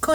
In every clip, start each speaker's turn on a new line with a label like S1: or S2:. S1: こ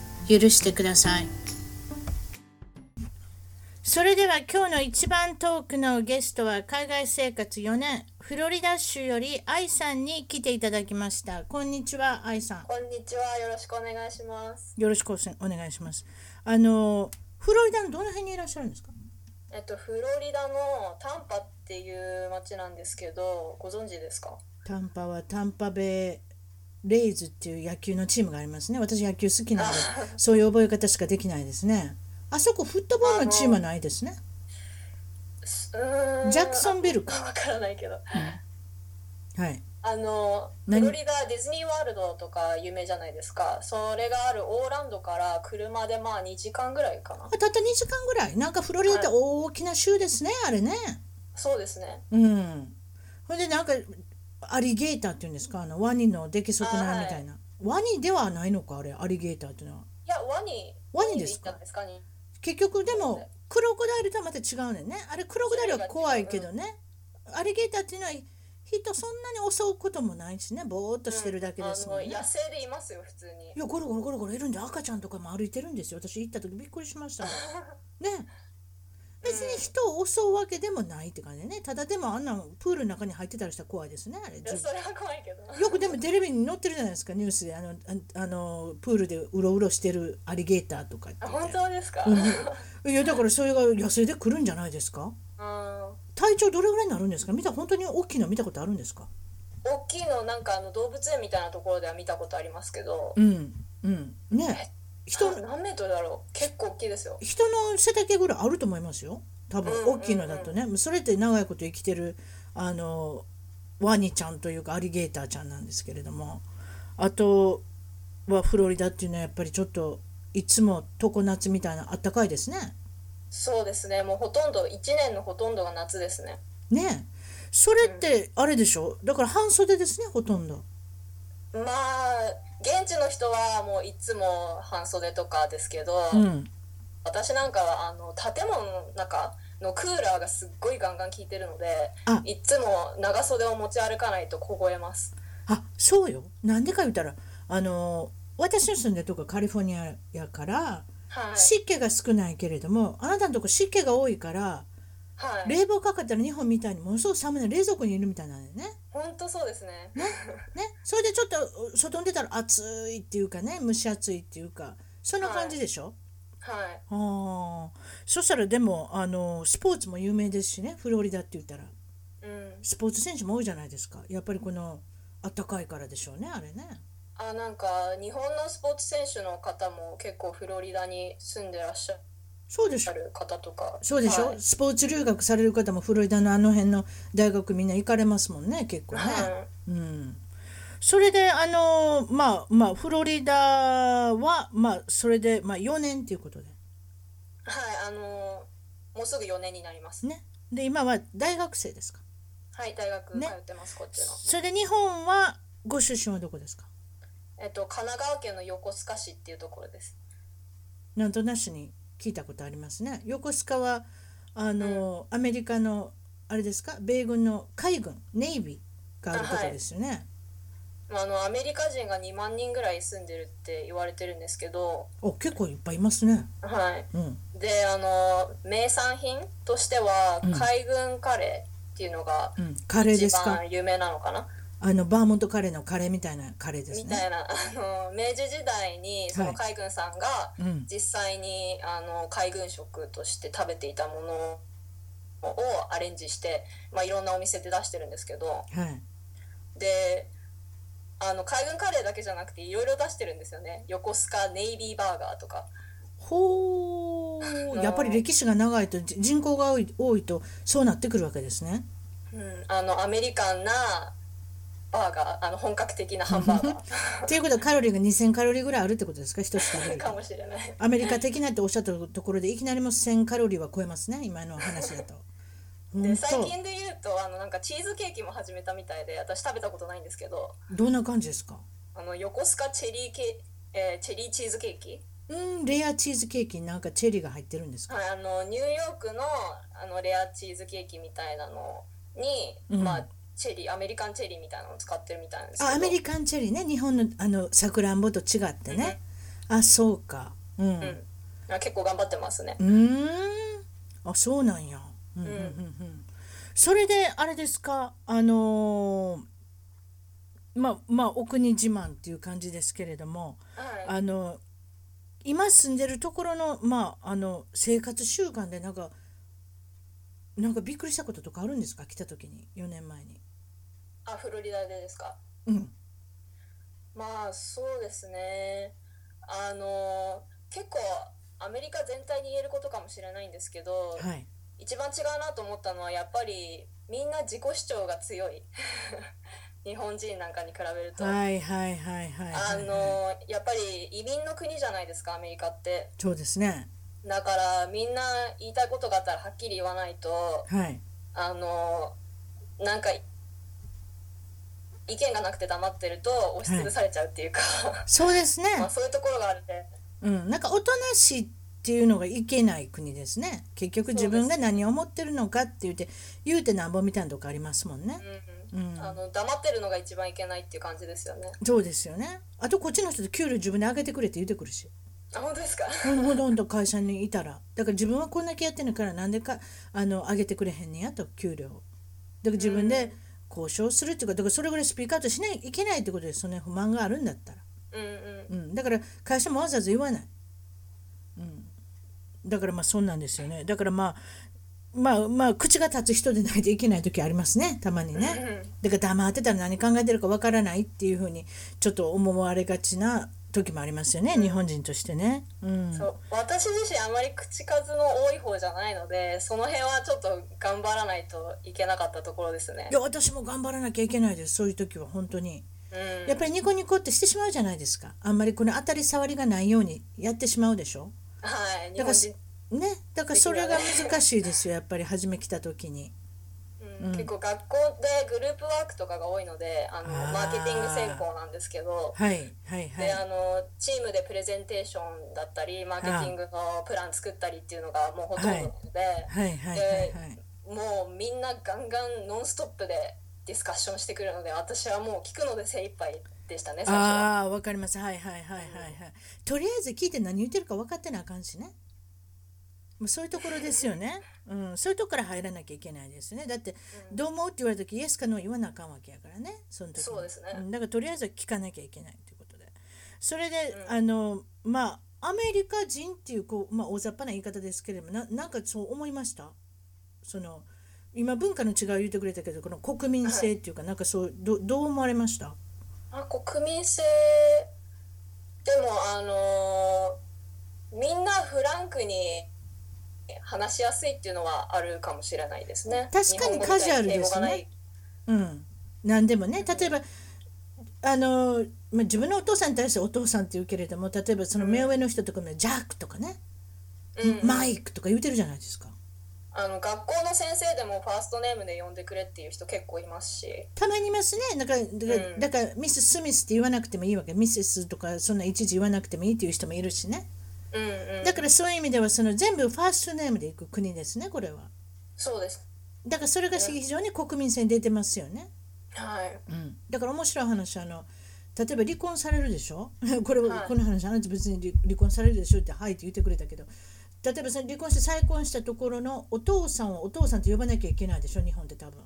S1: 許してくださいそれでは今日の一番トークのゲストは海外生活4年フロリダ州より愛さんに来ていただきましたこんにちは愛さん
S2: こんにちは。よろしくお願いします。
S1: よろしくおせお願いしますあのフロリダのどの辺にいらっしゃるんですか
S2: えっと、フロリダのタンパっていう町なんですけど、ご存知ですか
S1: タンパはタンパベイレイズっていう野球のチームがありますね私野球好きなのでそういう覚え方しかできないですねあそこフットボールのチームはないですね
S2: すうーん
S1: ジャクソンビル
S2: あ
S1: か
S2: わからないけど。
S1: はい
S2: あの、フ
S1: 何
S2: ロリダディズニーワールドとか有名じゃないですか。それがあるオーランドから車でまあ2時間ぐらいかな。
S1: たった2時間ぐらいなんかフロリダって大きな州ですねあれね
S2: そうですね。
S1: うんほんでなんかアリゲーターっていうんですかあのワニの出来損ないみたいな、ワニではないのかあれアリゲーターっていうのはい
S2: や、ワニ。
S1: ワニですか
S2: ワニ行ったんですか
S1: 結局で
S2: そう
S1: も
S2: ね
S1: クロコダイルとはまた違うねんねあれクロコダイルは怖いけどね、アリゲーターっていうのは人そんなに襲うこともないしねぼーっとしてるだけですもんね、
S2: あの野生でいますよ、普通に
S1: い。やゴロゴロゴロゴロいるんで赤ちゃんとかも歩いてるんですよ私行った時びっくりしましたもん ね別に人を襲うわけでもないって感じでねただでもあんなんプールの中に入ってたりしたら怖いですねあれ
S2: いやそれは怖いけど。
S1: よくでもテレビに載ってるじゃないですかニュースであのああのプールでうろうろしてるアリゲーターとかって
S2: あ
S1: 言っ
S2: 本
S1: て
S2: 当です か、
S1: いやだからそれが野生で来るんじゃないですか
S2: うん
S1: 体長どれぐらいになるんですか見た本当に大きいの見たことあるんですか
S2: 大きいのなんかあの動物園みたいなところでは見たことありますけど、
S1: うんうんね人
S2: あ何メートルだろう結構大きいですよ
S1: 人の背丈ぐらいあると思いますよ多分
S2: うん
S1: 大きいのだとね、それって長いこと生きてるあのワニちゃんというかアリゲーターちゃんなんですけれどもあとはフロリダっていうのはやっぱりちょっといつも常夏みたいなあったかいですね。
S2: そうですねもうほとんど1年のほとんどが夏ですね
S1: ねえそれってあれでしょだから半袖ですねほとんど。
S2: まあ現地の人はもういつも半袖とかですけど、
S1: うん、
S2: 私なんかはあの建物の中のクーラーがすっごいガンガン効いてるので
S1: あ
S2: いつも長袖を持ち歩かないと凍えます
S1: あそうよなんでか言ったらあの私の住んでるとこはカリフォルニアやから
S2: はい、
S1: 湿気が少ないけれどもあなたのとこ湿気が多いから
S2: はい、
S1: 冷房かかったら日本みたいにものすごく寒い冷蔵庫にいるみたいなんだよね。
S2: 本当そうですね
S1: ねそれでちょっと外に出たら暑いっていうかね蒸し暑いっていうかそんな感じでしょ、
S2: はい
S1: ああそしたらでもあのスポーツも有名ですしねフロリダって言ったら
S2: うん
S1: スポーツ選手も多いじゃないですかやっぱりこの暖かいからでしょうねあれね
S2: あなんか日本のスポーツ選手の方も結構フロリダに住んでらっしゃ
S1: そうでしょ
S2: る方とか
S1: そうでしょ、
S2: はい
S1: スポーツ留学される方もフロリダのあの辺の大学みんな行かれますもんね結構ね、うんそれであのまあまあフロリダはまあそれでまあ4年っていうことで
S2: はいあのーもうすぐ4年になります
S1: ねで今は大学生ですか
S2: はい大学通
S1: ね
S2: ってます、こっちの
S1: それで日本はご出身はどこですか
S2: えっと神奈川県の横須賀市っていうところです
S1: なんとなしに聞いたことありますね横須賀はあの、アメリカのあれですか米軍の海軍ネイビーがあるとこですよね、
S2: まああのアメリカ人が2万人ぐらい住んでるって言われてるんですけど
S1: お結構いっぱいいますね
S2: はい
S1: うん
S2: であのー名産品としては
S1: うん
S2: 海軍カレーっていうのが
S1: うんカレーで
S2: 一
S1: すか
S2: 番有名なのかな、
S1: あのバーモントカレーのカレーみたいなカレーです
S2: みた
S1: ね
S2: いなあの明治時代にその海軍さんが
S1: うん
S2: 実際にあの海軍食として食べていたものをアレンジして、まあ、いろんなお店で出してるんですけど
S1: はい
S2: であの海軍カレーだけじゃなくていろいろ出してるんですよね横須賀ネイビーバーガーとか
S1: ほ
S2: あ
S1: う
S2: の
S1: やっぱり歴史が長いとじ人口が多い多いとそうなってくるわけですね
S2: うん、あのアメリカンなバーガーあの本格的なハンバーガ
S1: っていうことはカロリーが2000カロリーぐらいあるってことですか一つ食べ
S2: ー
S1: る
S2: か
S1: と
S2: もしれない
S1: アメリカ的なっておっしゃったところでいきなりもう1000カロリーは超えますね今の話だと。
S2: で
S1: 本
S2: 最近で言うとあのなんかチーズケーキも始めたみたいで私食べたことないんですけど
S1: 当どんな感じですか
S2: あの横須賀チェリーケ、えーチェリーチーズケーキ、
S1: うんレアチーズケーキになんかチェリーが入ってるんですか
S2: はい、あのニューヨークのあのレアチーズケーキみたいなのに、
S1: うん
S2: まあチェリーアメリカンチェリーみたいなのを使ってるみたいなんですけど
S1: あアメリカンチェリーね日本のあのさくらんぼと違ってね、あそうかうんう
S2: うんあ結構頑張ってますね
S1: ーんあそうなんや、うんうんうんう
S2: うん
S1: ん、それであれですかあのーまあまあお国自慢っていう感じですけれども
S2: はい
S1: あの今住んでるところの,、まあ、あの生活習慣でなんかなんかびっくりしたこととかあるんですか来た時に4年前に。
S2: あフロリダでですか
S1: うん
S2: まあそうですねあの結構アメリカ全体に言えることかもしれないんですけど、
S1: はい、
S2: 一番違うなと思ったのはやっぱりみんな自己主張が強い 日本人なんかに比べると、
S1: はいはいはいはい
S2: あ
S1: はい、はい、
S2: のやっぱり移民の国じゃないですかアメリカって
S1: そうですね
S2: だからみんな言いたいことがあったらはっきり言わないと
S1: はい
S2: あのなんか意見がなくて黙ってると押しつぶされちゃうっていうか、
S1: そうですね
S2: まあそういうところがあるんで
S1: うんなんかおとなしいっていうのがいけない国ですね結局自分が何を思ってるのかって言って言うてなんぼみたいなとこありますもんね、
S2: う
S1: うん
S2: ん、あの黙ってるのが一番いけないっていう感じですよね
S1: そうですよねあとこっちの人って給料自分で上げてくれって言ってくるし
S2: あ本当ですか
S1: ほんほんほんと会社にいたらだから自分はこんだけやってるからなんでかあの上げてくれへんねんやと給料だから自分で交渉するっていうかだからそれぐらいスピーカーとしないいけないってことですよね不満があるんだったら、
S2: うんうん
S1: うん、だから会社もわざわざ言わない、うん、だからまあそうなんですよねだからまあまあまあ口が立つ人でないといけない時ありますねたまにねだから黙ってたら何考えてるかわからないっていうふうにちょっと思われがちな時もありますよね日本人としてね、うん、
S2: そう私自身あまり口数の多い方じゃないのでその辺はちょっと頑張らないといけなかったところですね
S1: い。や私も頑張らなきゃいけないですそういう時は本当に
S2: うん
S1: やっぱりニコニコってしてしまうじゃないですかあんまりこの当たり障りがないようにやってしまうでしょ
S2: はい、日
S1: だから
S2: 本人、
S1: ねだからそれが難しいですよやっぱり初め来た時に
S2: うん結構学校でグループワークとかが多いのであの
S1: あー
S2: マーケティング専攻なんですけど、
S1: はいはいは
S2: で
S1: い
S2: あのチームでプレゼンテーションだったりマーケティングのプラン作ったりっていうのがもうほとんどなので、
S1: はいはいはいはい
S2: もうみんなガンガンノンストップでディスカッションしてくるので私はもう聞くので精一杯でしたね最初は。
S1: ああわかりますはいはいはいはいはいとりあえず聞いて何言ってるか分かってなあかんしねもうそういうところですよね、うん、そういうとこから入らなきゃいけないですねだって「どう思う?」って言われた時「イエスかノー」言わなあかんわけやからねその時に
S2: そうですね
S1: んだからとりあえずは聞かなきゃいけないということでそれで、あのまあアメリカ人っていうこう、まあ、大雑把な言い方ですけれどもななんかそう思いましたその今文化の違いを言ってくれたけどこの国民性っていうか、なんかそうどどう思われました
S2: あ国民性でもあのーみんなフランクに話しやすいっていうのはあるかもしれないですね
S1: 確かにカジュアルですね
S2: 日本語みたいに敬語がない
S1: うん、何でもね例えばあの、まあ、自分のお父さんに対してお父さんって言うけれども例えばその目上の人とかもジャックとかね、
S2: うん
S1: マイクとか言うてるじゃないですか
S2: あの学校の先生でもファーストネームで呼んでくれっていう人結構いますした
S1: まにいますねだからだから,、
S2: うん
S1: だからミス・スミスって言わなくてもいいわけミセスとかそんないちいち言わなくてもいいっていう人もいるしね
S2: うんうん
S1: だからそういう意味ではその全部ファーストネームで行く国ですねこれは
S2: そうです
S1: だからそれが非常に国民性に出てますよね、
S2: はい
S1: うん、だから面白い話あの例えば離婚されるでしょ これ、
S2: はい
S1: この話あなた別に離離婚されるでしょって「はい」って言ってくれたけど例えばその離婚して再婚したところのお父さんをお父さんと呼ばなきゃいけないでしょ日本って多分、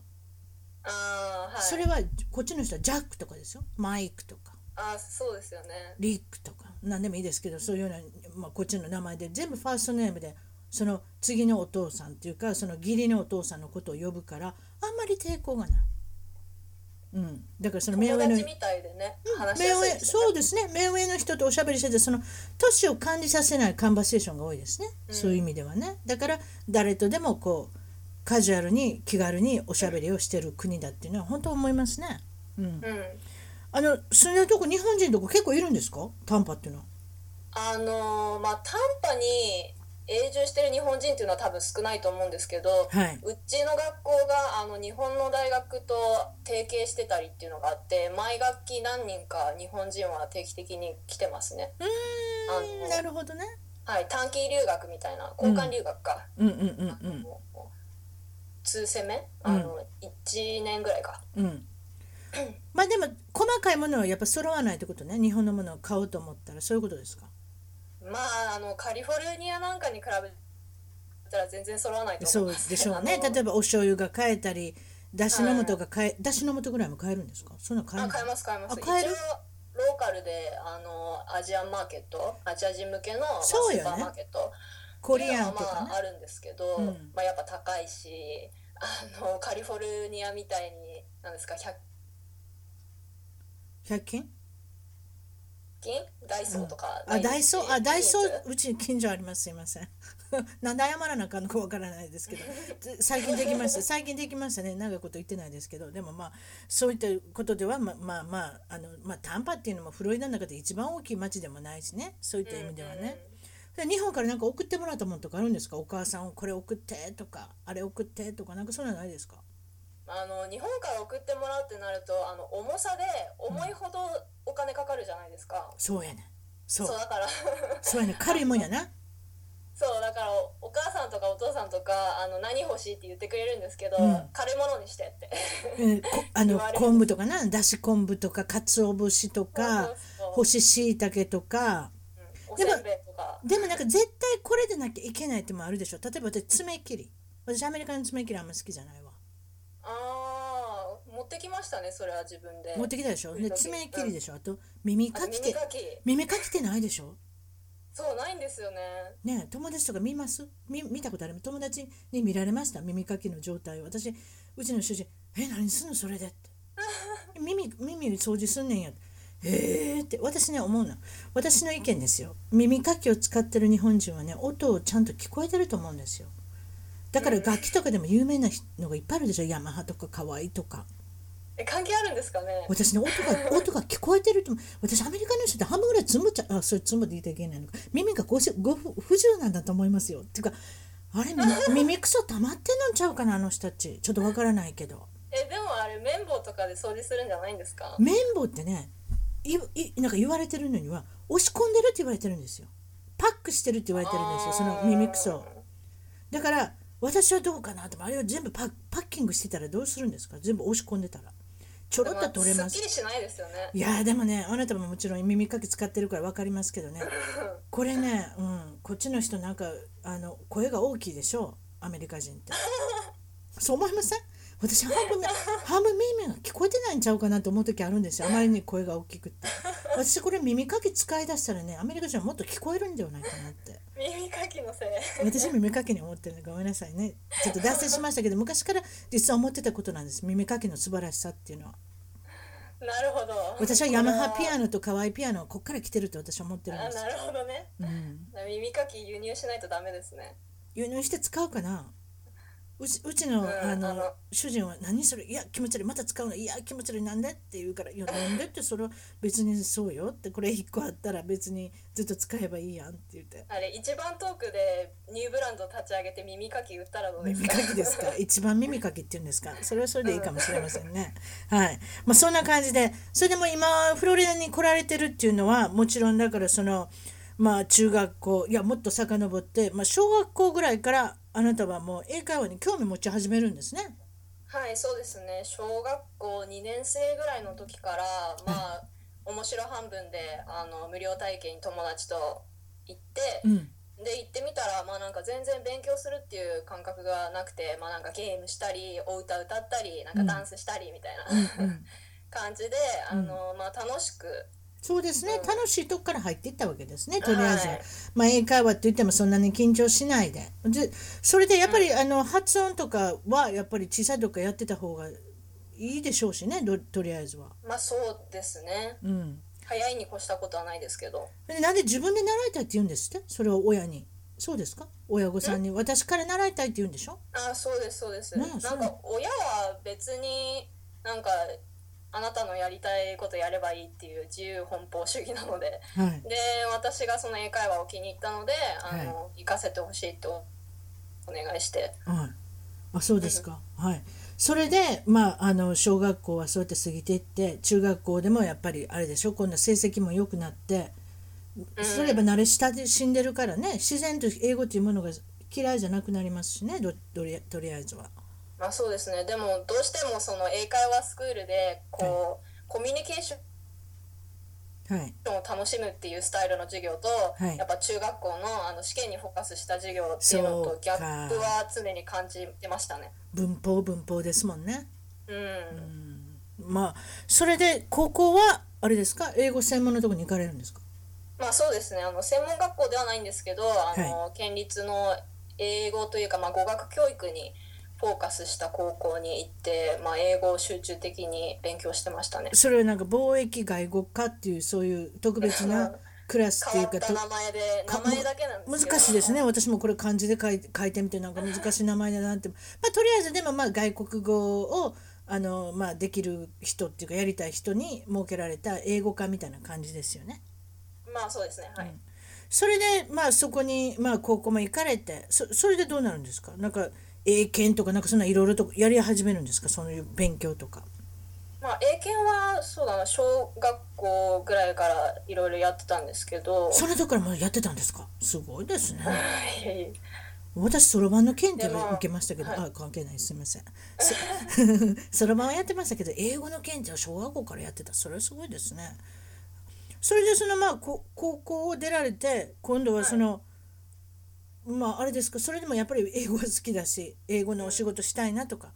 S2: あーはい
S1: それはこっちの人はジャックとかですよマイクとか
S2: あーそうですよね
S1: リックとか何でもいいですけどそういうような、まあ、こっちの名前で全部ファーストネームでその次のお父さんっていうかその義理のお父さんのことを呼ぶからあんまり抵抗がない、うん、だからその目
S2: 友
S1: 上の
S2: 達みたいでね、話し
S1: 目
S2: やすい
S1: 上
S2: ですよね
S1: そうですね目上の人とおしゃべりしててその年を感じさせないカンバセーションが多いですね、そういう意味ではねだから誰とでもこうカジュアルに気軽におしゃべりをしてる国だっていうのは本当思いますねうん、
S2: うん
S1: あの住んでるとこ日本人とか結構いるんですか短波っていうのは
S2: あのーまあ短波に永住してる日本人っていうのは多分少ないと思うんですけど、
S1: はいう
S2: ちの学校があの日本の大学と提携してたりっていうのがあって毎学期何人か日本人は定期的に来てますね。あの
S1: なるほどね
S2: はい、短期留学みたいな交換留学か、
S1: うんうんうん
S2: もう通せ目あの、1年ぐらいか
S1: うんうんまあでも細かいものはやっぱ揃わないってことね日本のものを買おうと思ったらそういうことですか
S2: まああのカリフォルニアなんかに比べたら全然揃わないと
S1: そう
S2: 思い
S1: で
S2: ます
S1: しょうね
S2: あの
S1: 例えばお醤油が買えたりだしの素が買えだしの素ぐらいも買えるんですかそんなの買え
S2: あ
S1: ない
S2: 買えます買えま
S1: あ
S2: す一応
S1: 買える
S2: ローカルであのアジアンマーケットアジア人向けのまあス
S1: そうよね
S2: ーパーマーケット
S1: コリアンと
S2: っていうのは
S1: か
S2: まああるんですけど、
S1: うん
S2: まあ、やっぱ高いしあのカリフォルニアみたいになんですか100
S1: ね100均
S2: 均ダイソーとか、
S1: あダイソーあダイソ
S2: ダイ
S1: ーうち近所ありますすいません なんで謝らなあかんのかわからない ですけどつ最近できました最近できましたね長いこと言ってないですけどでもまあそういったことではままあまああのまあタンパっていうのもフロリダの中で一番大きい町でもないしねそういった意味ではね、で日本からなんか送ってもらったものとかあるんですかお母さんをこれ送ってとかあれ送ってとかなんかそんなのないですか
S2: あの日本から送ってもらうってなるとあの重さで重いほどお金かかるじゃないですか、
S1: そうやねんそう
S2: そうだから
S1: そうやねん軽いもんや な
S2: そうだからおお母さんとかお父さんとかあの何欲しいって言ってくれるんですけど、
S1: うん
S2: 軽いものにしてって
S1: うんこあの
S2: 言われる
S1: 昆布とかなだし昆布とか鰹節と か
S2: そうそうそう
S1: 干し椎茸とか
S2: おせんべいとか
S1: でもなんか絶対これでなきゃいけないってもあるでしょ例えば私爪切り私アメリカの爪切りあんま好きじゃないわ
S2: ああ持ってきましたねそれは自分で
S1: 持ってきたでしょで
S2: うん
S1: 爪切りでしょあと耳
S2: あ
S1: かき
S2: 耳
S1: て
S2: かき
S1: 耳かきてないでしょ
S2: そうないんですよね
S1: ねえ友達とか見ます見見たことある友達に見られました耳かきの状態を私うちの主人「え何すんのそれで」って耳耳掃除すんねんやえーって私ね思うな私の意見ですよ耳かきを使ってる日本人はね音をちゃんと聞こえてると思うんですよだから楽器とかでも有名なのがいっぱいあるでしょヤマハとかカワイとか
S2: え関係あるんですかね
S1: 私ね音が音が聞こえてると思う私アメリカの人って半分ぐらいつむっちゃあそれつむって言いたらいけないのか耳がごしご不不自由なんだと思いますよっていうかあれ耳耳くそ溜まってんのんちゃうかなあの人たちちょっとわからないけど
S2: えでもあれ綿棒とかで掃除するんじゃないんですか
S1: 綿棒ってねいいなんか言われてるのには押し込んでるって言われてるんですよパックしてるって言われてるんですよその耳くそをだから私はどうかなと思うあれを全部パッパッキングしてたらどうするんですか全部押し込んでたらちょろっと取れます
S2: っきりしないですよね
S1: いやーでもねあなたももちろん耳かき使ってるから分かりますけどねこれね、うん、こっちの人なんかあの声が大きいでしょアメリカ人って そう思いません私半分目半分耳が聞こえてないんちゃうかなと思う時あるんですよあまりに声が大きくって私これ耳かき使いだしたらねアメリカ人はもっと聞こえるんではないかなって
S2: 耳かきのせい
S1: 私耳かきに思ってるのでごめんなさいねちょっと脱線しましたけど昔から実は思ってたことなんです耳かきの素晴らしさっていうのは。
S2: なるほど
S1: 私はヤマハピ
S2: ノ
S1: アノとカワイピアノはこっから来てると私は思ってるん
S2: あ
S1: です
S2: なるほどね
S1: うん
S2: 耳かき輸入しないとダメですね
S1: 輸入して使うかなうちうちの,、
S2: うん
S1: あの
S2: あの
S1: 主人は「何それいや気持ち悪いまた使うのいや気持ち悪いなんで?」って言う から「いやなんで?」ってそれは別にそうよってこれ一個あったら別にずっと使えばいいやんって言って
S2: あれ一番トークでニューブランド立ち上げて耳かき売ったらどうです
S1: 耳
S2: か
S1: かきです か一番耳かきっていうんですかそれはそれでいいかもしれませんねはいまあそんな感じでそれでも今フロリダに来られてるっていうのはもちろんだからそのまあ中学校いやもっと遡って、まあ、小学校ぐらいからあなたはもう英会話に興味持ち始めるんですね
S2: はいそうですね小学校2年生ぐらいの時からま あ面白半分であの無料体験に友達と行って、
S1: うん
S2: で行ってみたらまあなんか全然勉強するっていう感覚がなくてまあなんかゲームしたりお歌歌ったりなんかダンスしたりみたいな、
S1: うん
S2: 感じであの、まあ、楽しく
S1: そうですね
S2: うん
S1: 楽しいとこから入っていったわけですねとりあえず、
S2: はい
S1: まあ、英会話って言ってもそんなに緊張しないででそれでやっぱり、あの発音とかはやっぱり小さい時からやってた方がいいでしょうしねどとりあえずは。
S2: まあそうですね
S1: うん、
S2: 早いに越したことはないですけど
S1: でなんで自分で習いたいって言うんですってそれを親にそうですか親御さんに私から習いたいって言うんでしょ
S2: あそうですそうです、
S1: ねえ
S2: なん
S1: そう
S2: か親は別になんかあなたのやりたいことやればいいっていう自由奔放主義なので
S1: はい
S2: で私がその英会話を気に入ったのであの、行かせてほしいとお願いして
S1: はい、あそうですか、はい、それで、まあ、あの小学校はそうやって過ぎていって中学校でもやっぱりあれでしょ今度成績も良くなって、
S2: うん
S1: すれば慣れ親しんでるからね自然と英語というものが嫌いじゃなくなりますしねどどりとりあえずは。
S2: まあそうですねでもどうしてもその英会話スクールでこう、コミュニケーション
S1: はい、
S2: を楽しむっていうスタイルの授業と、
S1: はい
S2: やっぱ中学校のあの試験にフォーカスした授業っていうの
S1: そう
S2: と
S1: か
S2: ギャップは常に感じてましたね。
S1: 文法文法ですもんね。
S2: うん、
S1: まあそれで高校はあれですか英語専門のところに行かれるんですか
S2: まあそうですねあの専門学校ではないんですけどあの、県立の英語というか、まあ、語学教育にフォーカスした高校に行って、まあ、英語を集中的に勉強してましたね。
S1: それはなんか貿易外語科っていうそういう特別なクラスって
S2: 変
S1: いう
S2: わっ
S1: かと
S2: た名前で
S1: か
S2: 名前だけなんですけど
S1: 難しいですね私もこれ漢字で書い書いてみてなんか難しい名前だなって、まあ、とりあえずでもまあ外国語をあの、まあ、できる人っていうかやりたい人に設けられた英語科みたいな感じですよね。
S2: まあそうですねはい、
S1: それでまあそこにまあ高校も行かれてそそれでどうなるんですかなんか英検とかなんかそんないろいろとやり始めるんですかそういう勉強とか。
S2: まあ英検はそうだな小学校ぐらいからいろいろやってたんですけど
S1: その時からもうやってたんですかすごいですね。
S2: いやいや
S1: 私そろばんの検定
S2: で
S1: は
S2: も
S1: 受けましたけど、
S2: はい
S1: あ関係ないすみません そそろ ばんはやってましたけど英語の検定は小学校からやってたそれはすごいですねそれでそのまあこ高校を出られて今度はその、まああれですかそれでもやっぱり英語が好きだし英語のお仕事したいなとか、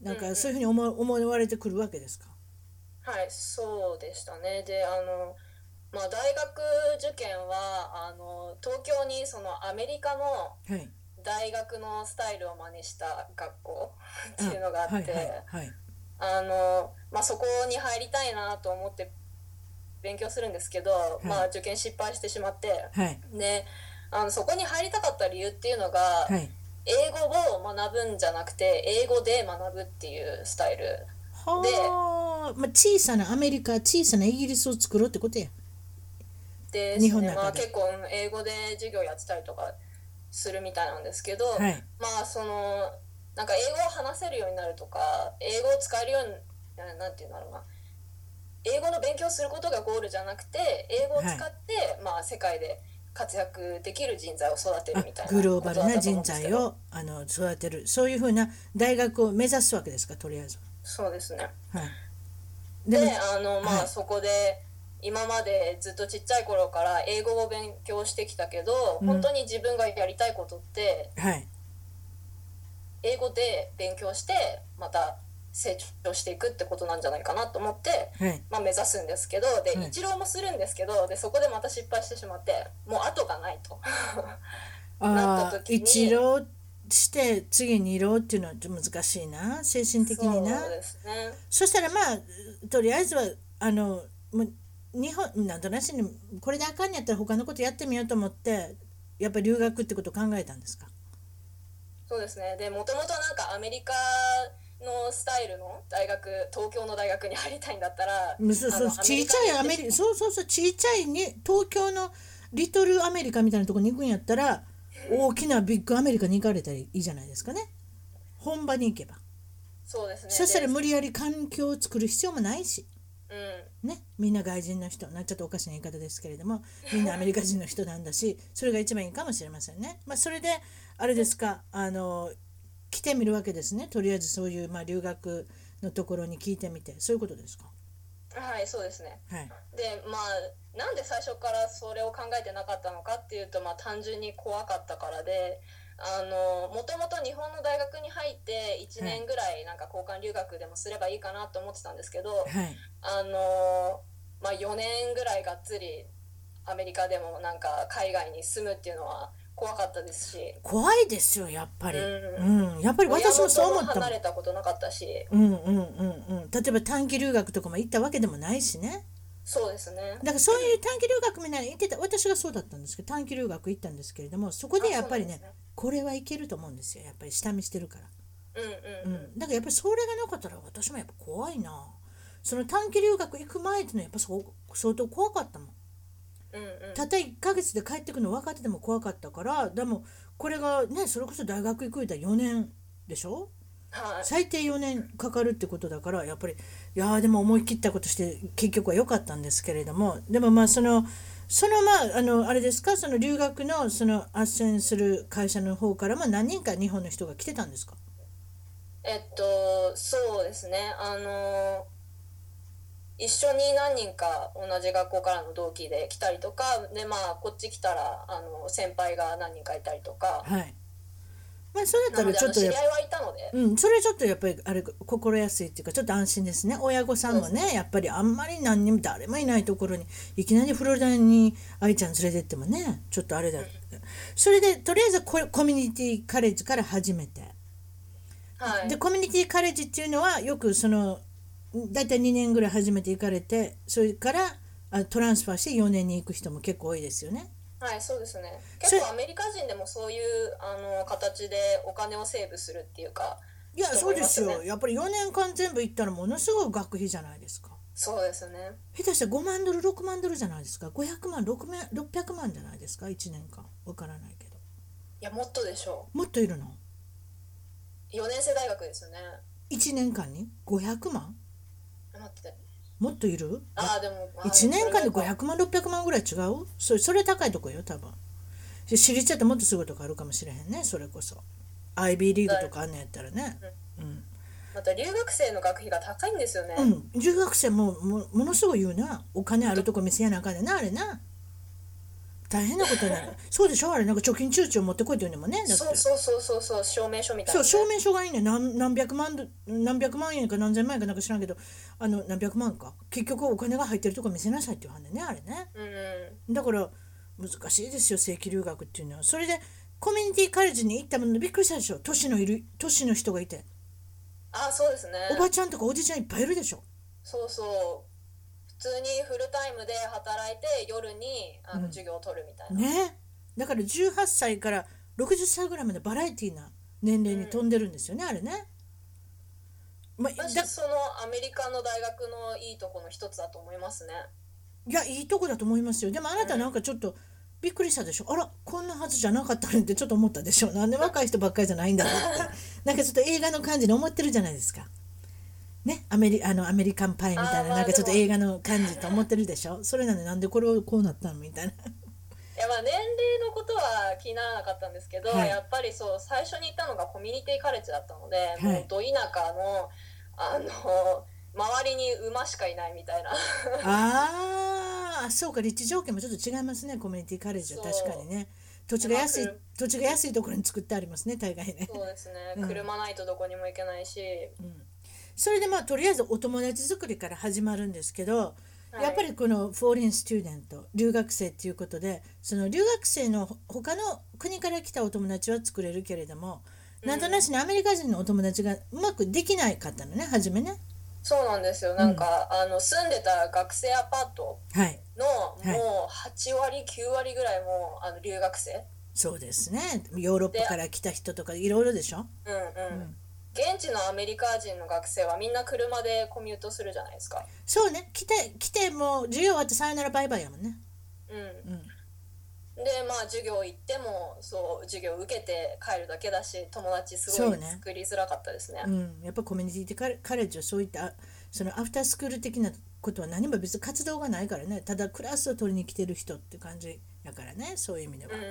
S1: なんかそういうふうに思わ思われてくるわけですか、
S2: はい、そうでしたね。で、あの、まあ、大学受験は、あの、東京にそのアメリカの
S1: はい、
S2: 大学のスタイルを真似した学校っていうのがあ
S1: はいは
S2: っ
S1: い
S2: て、
S1: はい
S2: あの、まあ、そこに入りたいなと思って勉強するんですけど、
S1: い
S2: まあ、受験失敗してしまって、
S1: はい
S2: ね、あの、そこに入りたかった理由っていうのが、
S1: はい
S2: 英語を学ぶんじゃなくて、英語で学ぶっていうスタイル。
S1: はあ、まあ、小さなアメリカ小さなイギリスを作ろうってことや
S2: で
S1: 日
S2: す
S1: 本の
S2: ね、
S1: 中で
S2: まあ、結構うん英語で授業やってたりとかするみたいなんですけど、
S1: はい
S2: まあそのなんか英語を話せるようになるとか英語を使えるようにななんていうんだろうな英語の勉強することがゴールじゃなくて英語を使って、まあ、世界で活躍できる人材を育てるみたい
S1: あ
S2: な
S1: グローバルな
S2: ことだと思
S1: 人
S2: うんですけ
S1: 材
S2: ど
S1: をあの育てるそういうふうな大学を目指すわけですかとりあえず
S2: そうですね
S1: は。はい、
S2: で
S1: でも
S2: あのま
S1: は
S2: あ
S1: い
S2: そこで今までずっとちっちゃい頃から英語を勉強してきたけど、
S1: うん
S2: 本当に自分がやりたいことって
S1: はい
S2: 英語で勉強してまた成長していくってことなんじゃないかなと思って、
S1: はい
S2: まあ、目指すんですけどで、
S1: はい
S2: 一浪もするんですけどでそこでまた失敗してしまってもう後がないとな
S1: あ
S2: っ
S1: あ
S2: た時に
S1: 一浪して次に浪っていうのはちょっと難しいな精神的にな
S2: そうですね
S1: そしたらまあとりあえずはあのもう日本なんとなしにこれであかんやったら他のことやってみようと思ってやっぱり留学ってことを考えたんですか
S2: そうですねでもともとなんかアメリカのスタイルの大学東京の大学に入りたいんだったら
S1: むそうそう
S2: あの
S1: ちいちゃいアメリ
S2: カ
S1: カそうそうそうちいちゃいね東京のリトルアメリカみたいなとこに行くんやったら大きなビッグアメリカに行かれたらいいじゃないですかね本場に行けば
S2: そうですね
S1: そしたら
S2: で
S1: 無理やり環境を作る必要もないし
S2: うん
S1: ねみんな外人の人なちょっとおかしな言い方ですけれど もみんなアメリカ人の人なんだしそれが一番いいかもしれませんね、まあ、それであれですかあの来てみるわけですねとりあえずそういう、まあ、留学のところに聞いてみてそういうことですか
S2: はいそうですね
S1: はい
S2: でまあなんで最初からそれを考えてなかったのかっていうと、まあ、単純に怖かったからでもともと日本の大学に入って1年ぐらいなんか交換留学でもすればいいかなと思ってたんですけど、
S1: はい
S2: あのまあ、4年ぐらいがっつりアメリカでもなんか海外に住むっていうのは怖かったですし
S1: 怖いですよやっぱり、う
S2: うん
S1: やっぱり私もそう思っ
S2: 親元
S1: たも
S2: 離
S1: ん
S2: れたことなかったし
S1: うんうんうんうん例えば短期留学とかも行ったわけでもないしね
S2: そうですね
S1: だからそういう短期留学みたいなの行ってた私がそうだったんですけど短期留学行ったんですけれどもそこでやっぱりね
S2: あそうなんで
S1: これはいけると思うんですよやっぱり下見してるから、
S2: うんうん
S1: うん、だからやっぱりそれがなかったら私もやっぱ怖いなその短期留学行く前っていうのはやっぱそう相当怖かったもん
S2: うんうん
S1: たった1ヶ月で帰ってくるの分かってても怖かったからでもこれがねそれこそ大学行く言ったら4年でしょ
S2: はい
S1: 最低4年かかるってことだからやっぱりいやーでも思い切ったことして結局は良かったんですけれどもでもまあそのそのまああのあれですかその留学のその斡旋する会社の方からも何人か日本の人が来てたんですか
S2: えっとそうですねあの一緒に何人か同じ学校からの同期で来たりとかでまあこっち来たらあの先輩が何人かいたりとか
S1: はいまあそれだ
S2: な
S1: ったら
S2: ので
S1: ちょ
S2: あ
S1: っ
S2: の
S1: と
S2: 知り
S1: や
S2: 合
S1: っ
S2: い
S1: ぱ
S2: はいたので
S1: うん、それちょっとやっぱりあれ心安いっていうかちょっと安心ですね親御さんもねやっぱりあんまり何にも誰もいないところにいきなりフロリダに愛ちゃん連れてってもねちょっとあれだそれでとりあえずココミュニティカレッジから始めて
S2: はい
S1: でコミュニティカレッジっていうのはよくその大体2年ぐらい始めて行かれてそれからあトランスファーして4年に行く人も結構多いですよね。
S2: はい、そうですね。
S1: そ
S2: 結
S1: れ
S2: 構アメリカ人でもそういうあの形でお金をセーブするっていうか、
S1: いやそうです
S2: そうです
S1: よ
S2: ね
S1: やっぱり4年間全部行ったらものすごい学費じゃないですか。
S2: そうですね。
S1: 下手したら5万ドル6万ドルじゃないですか500万6万600万じゃないですか1年間わからないけど
S2: いや、もっとでしょ
S1: もっといるの
S2: う。4年生大学ですよね。
S1: 1年間に500万
S2: 待って。
S1: もっといる
S2: ああ、でも、あー
S1: 1年間で
S2: それなんか
S1: 500万600万ぐらい違うそれそれ高いとこよ多分で知りちゃってもっとすごいとこあるかもしれへんねそれこそ IB リーグとかあんのやったらねうん、
S2: また留学生の学費が高いんですよね。
S1: うん、留学生ももものすごい言うなお金あるとこ見せやなあかんでなあれな大変なことになるそうでしょあれなんか貯金通帳持ってこいって言うんでもんねだって
S2: そうそうそうそうそう、証明書みたい
S1: そ
S2: な、
S1: う証明書がいいね何何百万ド何百万円か何千万円かなんか知らんけどあの何百万か結局お金が入ってるとこ見せなさいっていう話ねあれね
S2: うんうん。
S1: だから難しいですよ正規留学っていうのはそれでコミュニティカレッジに行ったものびっくりしたでしょ都市のいる都市の人がいて
S2: ああ、そうですね。
S1: おばちゃんとかおじちゃんいっぱいいるでしょ
S2: そうそう。普通にフルタイムで働いて、夜にあの授業を取るみたいな。
S1: ねだから18歳から60歳ぐらいまでバラエティーな年齢に飛んでるんですよね、あれね、まあ、
S2: 私
S1: だ
S2: そのアメリカの大学のいいとこの一つだと思いますね。
S1: いやいいとこだと思いますよでもあなたなんかちょっとびっくりしたでしょ、あらこんなはずじゃなかったのにってちょっと思ったでしょなんで若い人ばっかりじゃないんだろう ってなんかちょっと映画の感じで思ってるじゃないですかねアメリあのアメリカンパイみたい
S2: あー
S1: な
S2: まあ
S1: なんかちょっと
S2: でも
S1: 映画の感じと思ってるでしょそれなのになんでこれをこうなったのみたいな
S2: いやまあ年齢のことは気にならなかったんですけど、
S1: はい
S2: やっぱりそう最初に行ったのがコミュニティカレッジだったので、
S1: い
S2: もうど田舎のあの周りに馬しかいないみ たいな
S1: あーそうか立地条件もちょっと違いますねコミュニティカレッジは確かにね土地が安いう
S2: ま
S1: 土地が安いところに作ってありますね大概ね
S2: そうですね、
S1: うん
S2: 車ないとどこにも行けないし、
S1: それでまあとりあえずお友達作りから始まるんですけど、
S2: はい
S1: やっぱりこのフォーリンスチューデント留学生っていうことでその留学生のほ他の国から来たお友達は作れるけれどもなんとなしにアメリカ人のお友達がうまくできないかったのね初めね。
S2: そうなんですよなんか、あの住んでた学生アパート
S1: はい
S2: の
S1: い
S2: もう8割9割ぐらいもうあの留学生、
S1: そうですねヨーロッパから来た人とかいろいろでしょ
S2: うんうん現地のアメリカ人の学生はみんな車でコミュートするじゃないですか。
S1: そうね来て来てもう授業終わってさよならバイバイやもんね
S2: うん
S1: ん
S2: でまあ授業行ってもそう授業受けて帰るだけだし友達す
S1: そ
S2: ご
S1: う
S2: い
S1: ね
S2: 作りづらかったですね。
S1: うん、やっぱコミュニティカレカレッジはそういったそのアフタースクール的なことは何も別に活動がないからねただクラスを取りに来てる人って感じやからねそういう意味では
S2: うん、うん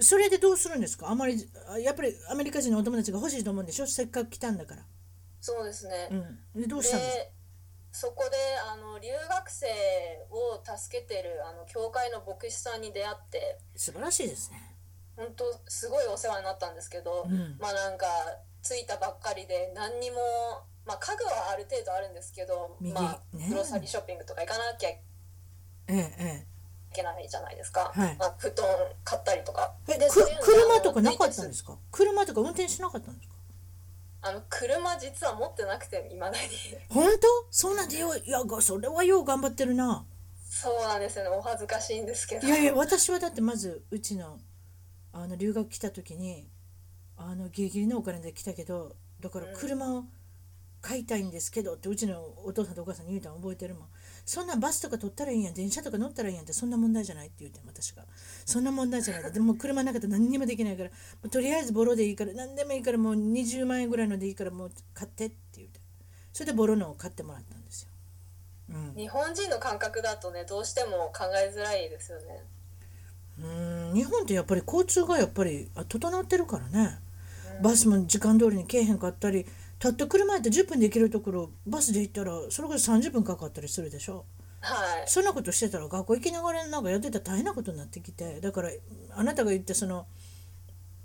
S1: それでどうするんですかあまりあやっぱりアメリカ人のお友達が欲しいと思うんでしょせっかく来たんだから、
S2: そうですね、
S1: うん、でどうしたんですか
S2: でそこであの留学生を助けてるあの教会の牧師さんに出会って
S1: 素晴らしいですね
S2: 本当すごいお世話になったんですけど、
S1: うん
S2: まあなんか着いたばっかりで何にも、まあ、家具はある程度あるんですけど、
S1: 右
S2: まあ、
S1: ね
S2: グロサリーショッピングとか行かなきゃい
S1: えええ
S2: けないじゃないですか、
S1: はい
S2: まあ、布団買ったりとか
S1: ええ
S2: で
S1: く
S2: そういうの
S1: 車とかなかったん
S2: あの
S1: ですか車とか運転しなかったんですか
S2: あの車実は持ってなくて未だに
S1: 本当そうなんでよいやがそれはよう頑張ってるな
S2: そうなんですよねお恥ずかしいんですけど
S1: いやいや私はだってまずうちのあの留学来た時にあのギリギリのお金で来たけどだから車を買いたいんですけどってうちのお父さんとお母さんに言うたん覚えてるもんそんなバスとか取ったらいいやん電車とか乗ったらいいやんってそんな問題じゃないって言うてん私がそんな問題じゃないってでも車なかったら何にもできないからもうとりあえずボロでいいから何でもいいからもう20万円ぐらいのでいいからもう買ってって言うてそれでボロのを買ってもらったんですよ、うん、
S2: 日本人の感覚だとねどうしても考えづらいですよね
S1: うーん日本ってやっぱり交通がやっぱりあ整ってるからね、バスも時間通りに来えへんかったりたった車やって10分で行けるところバスで行ったらそれこそ30分かかったりするでしょ
S2: はい
S1: そんなことしてたら学校行きながらなんかやってたら大変なことになってきてだからあなたが言ってその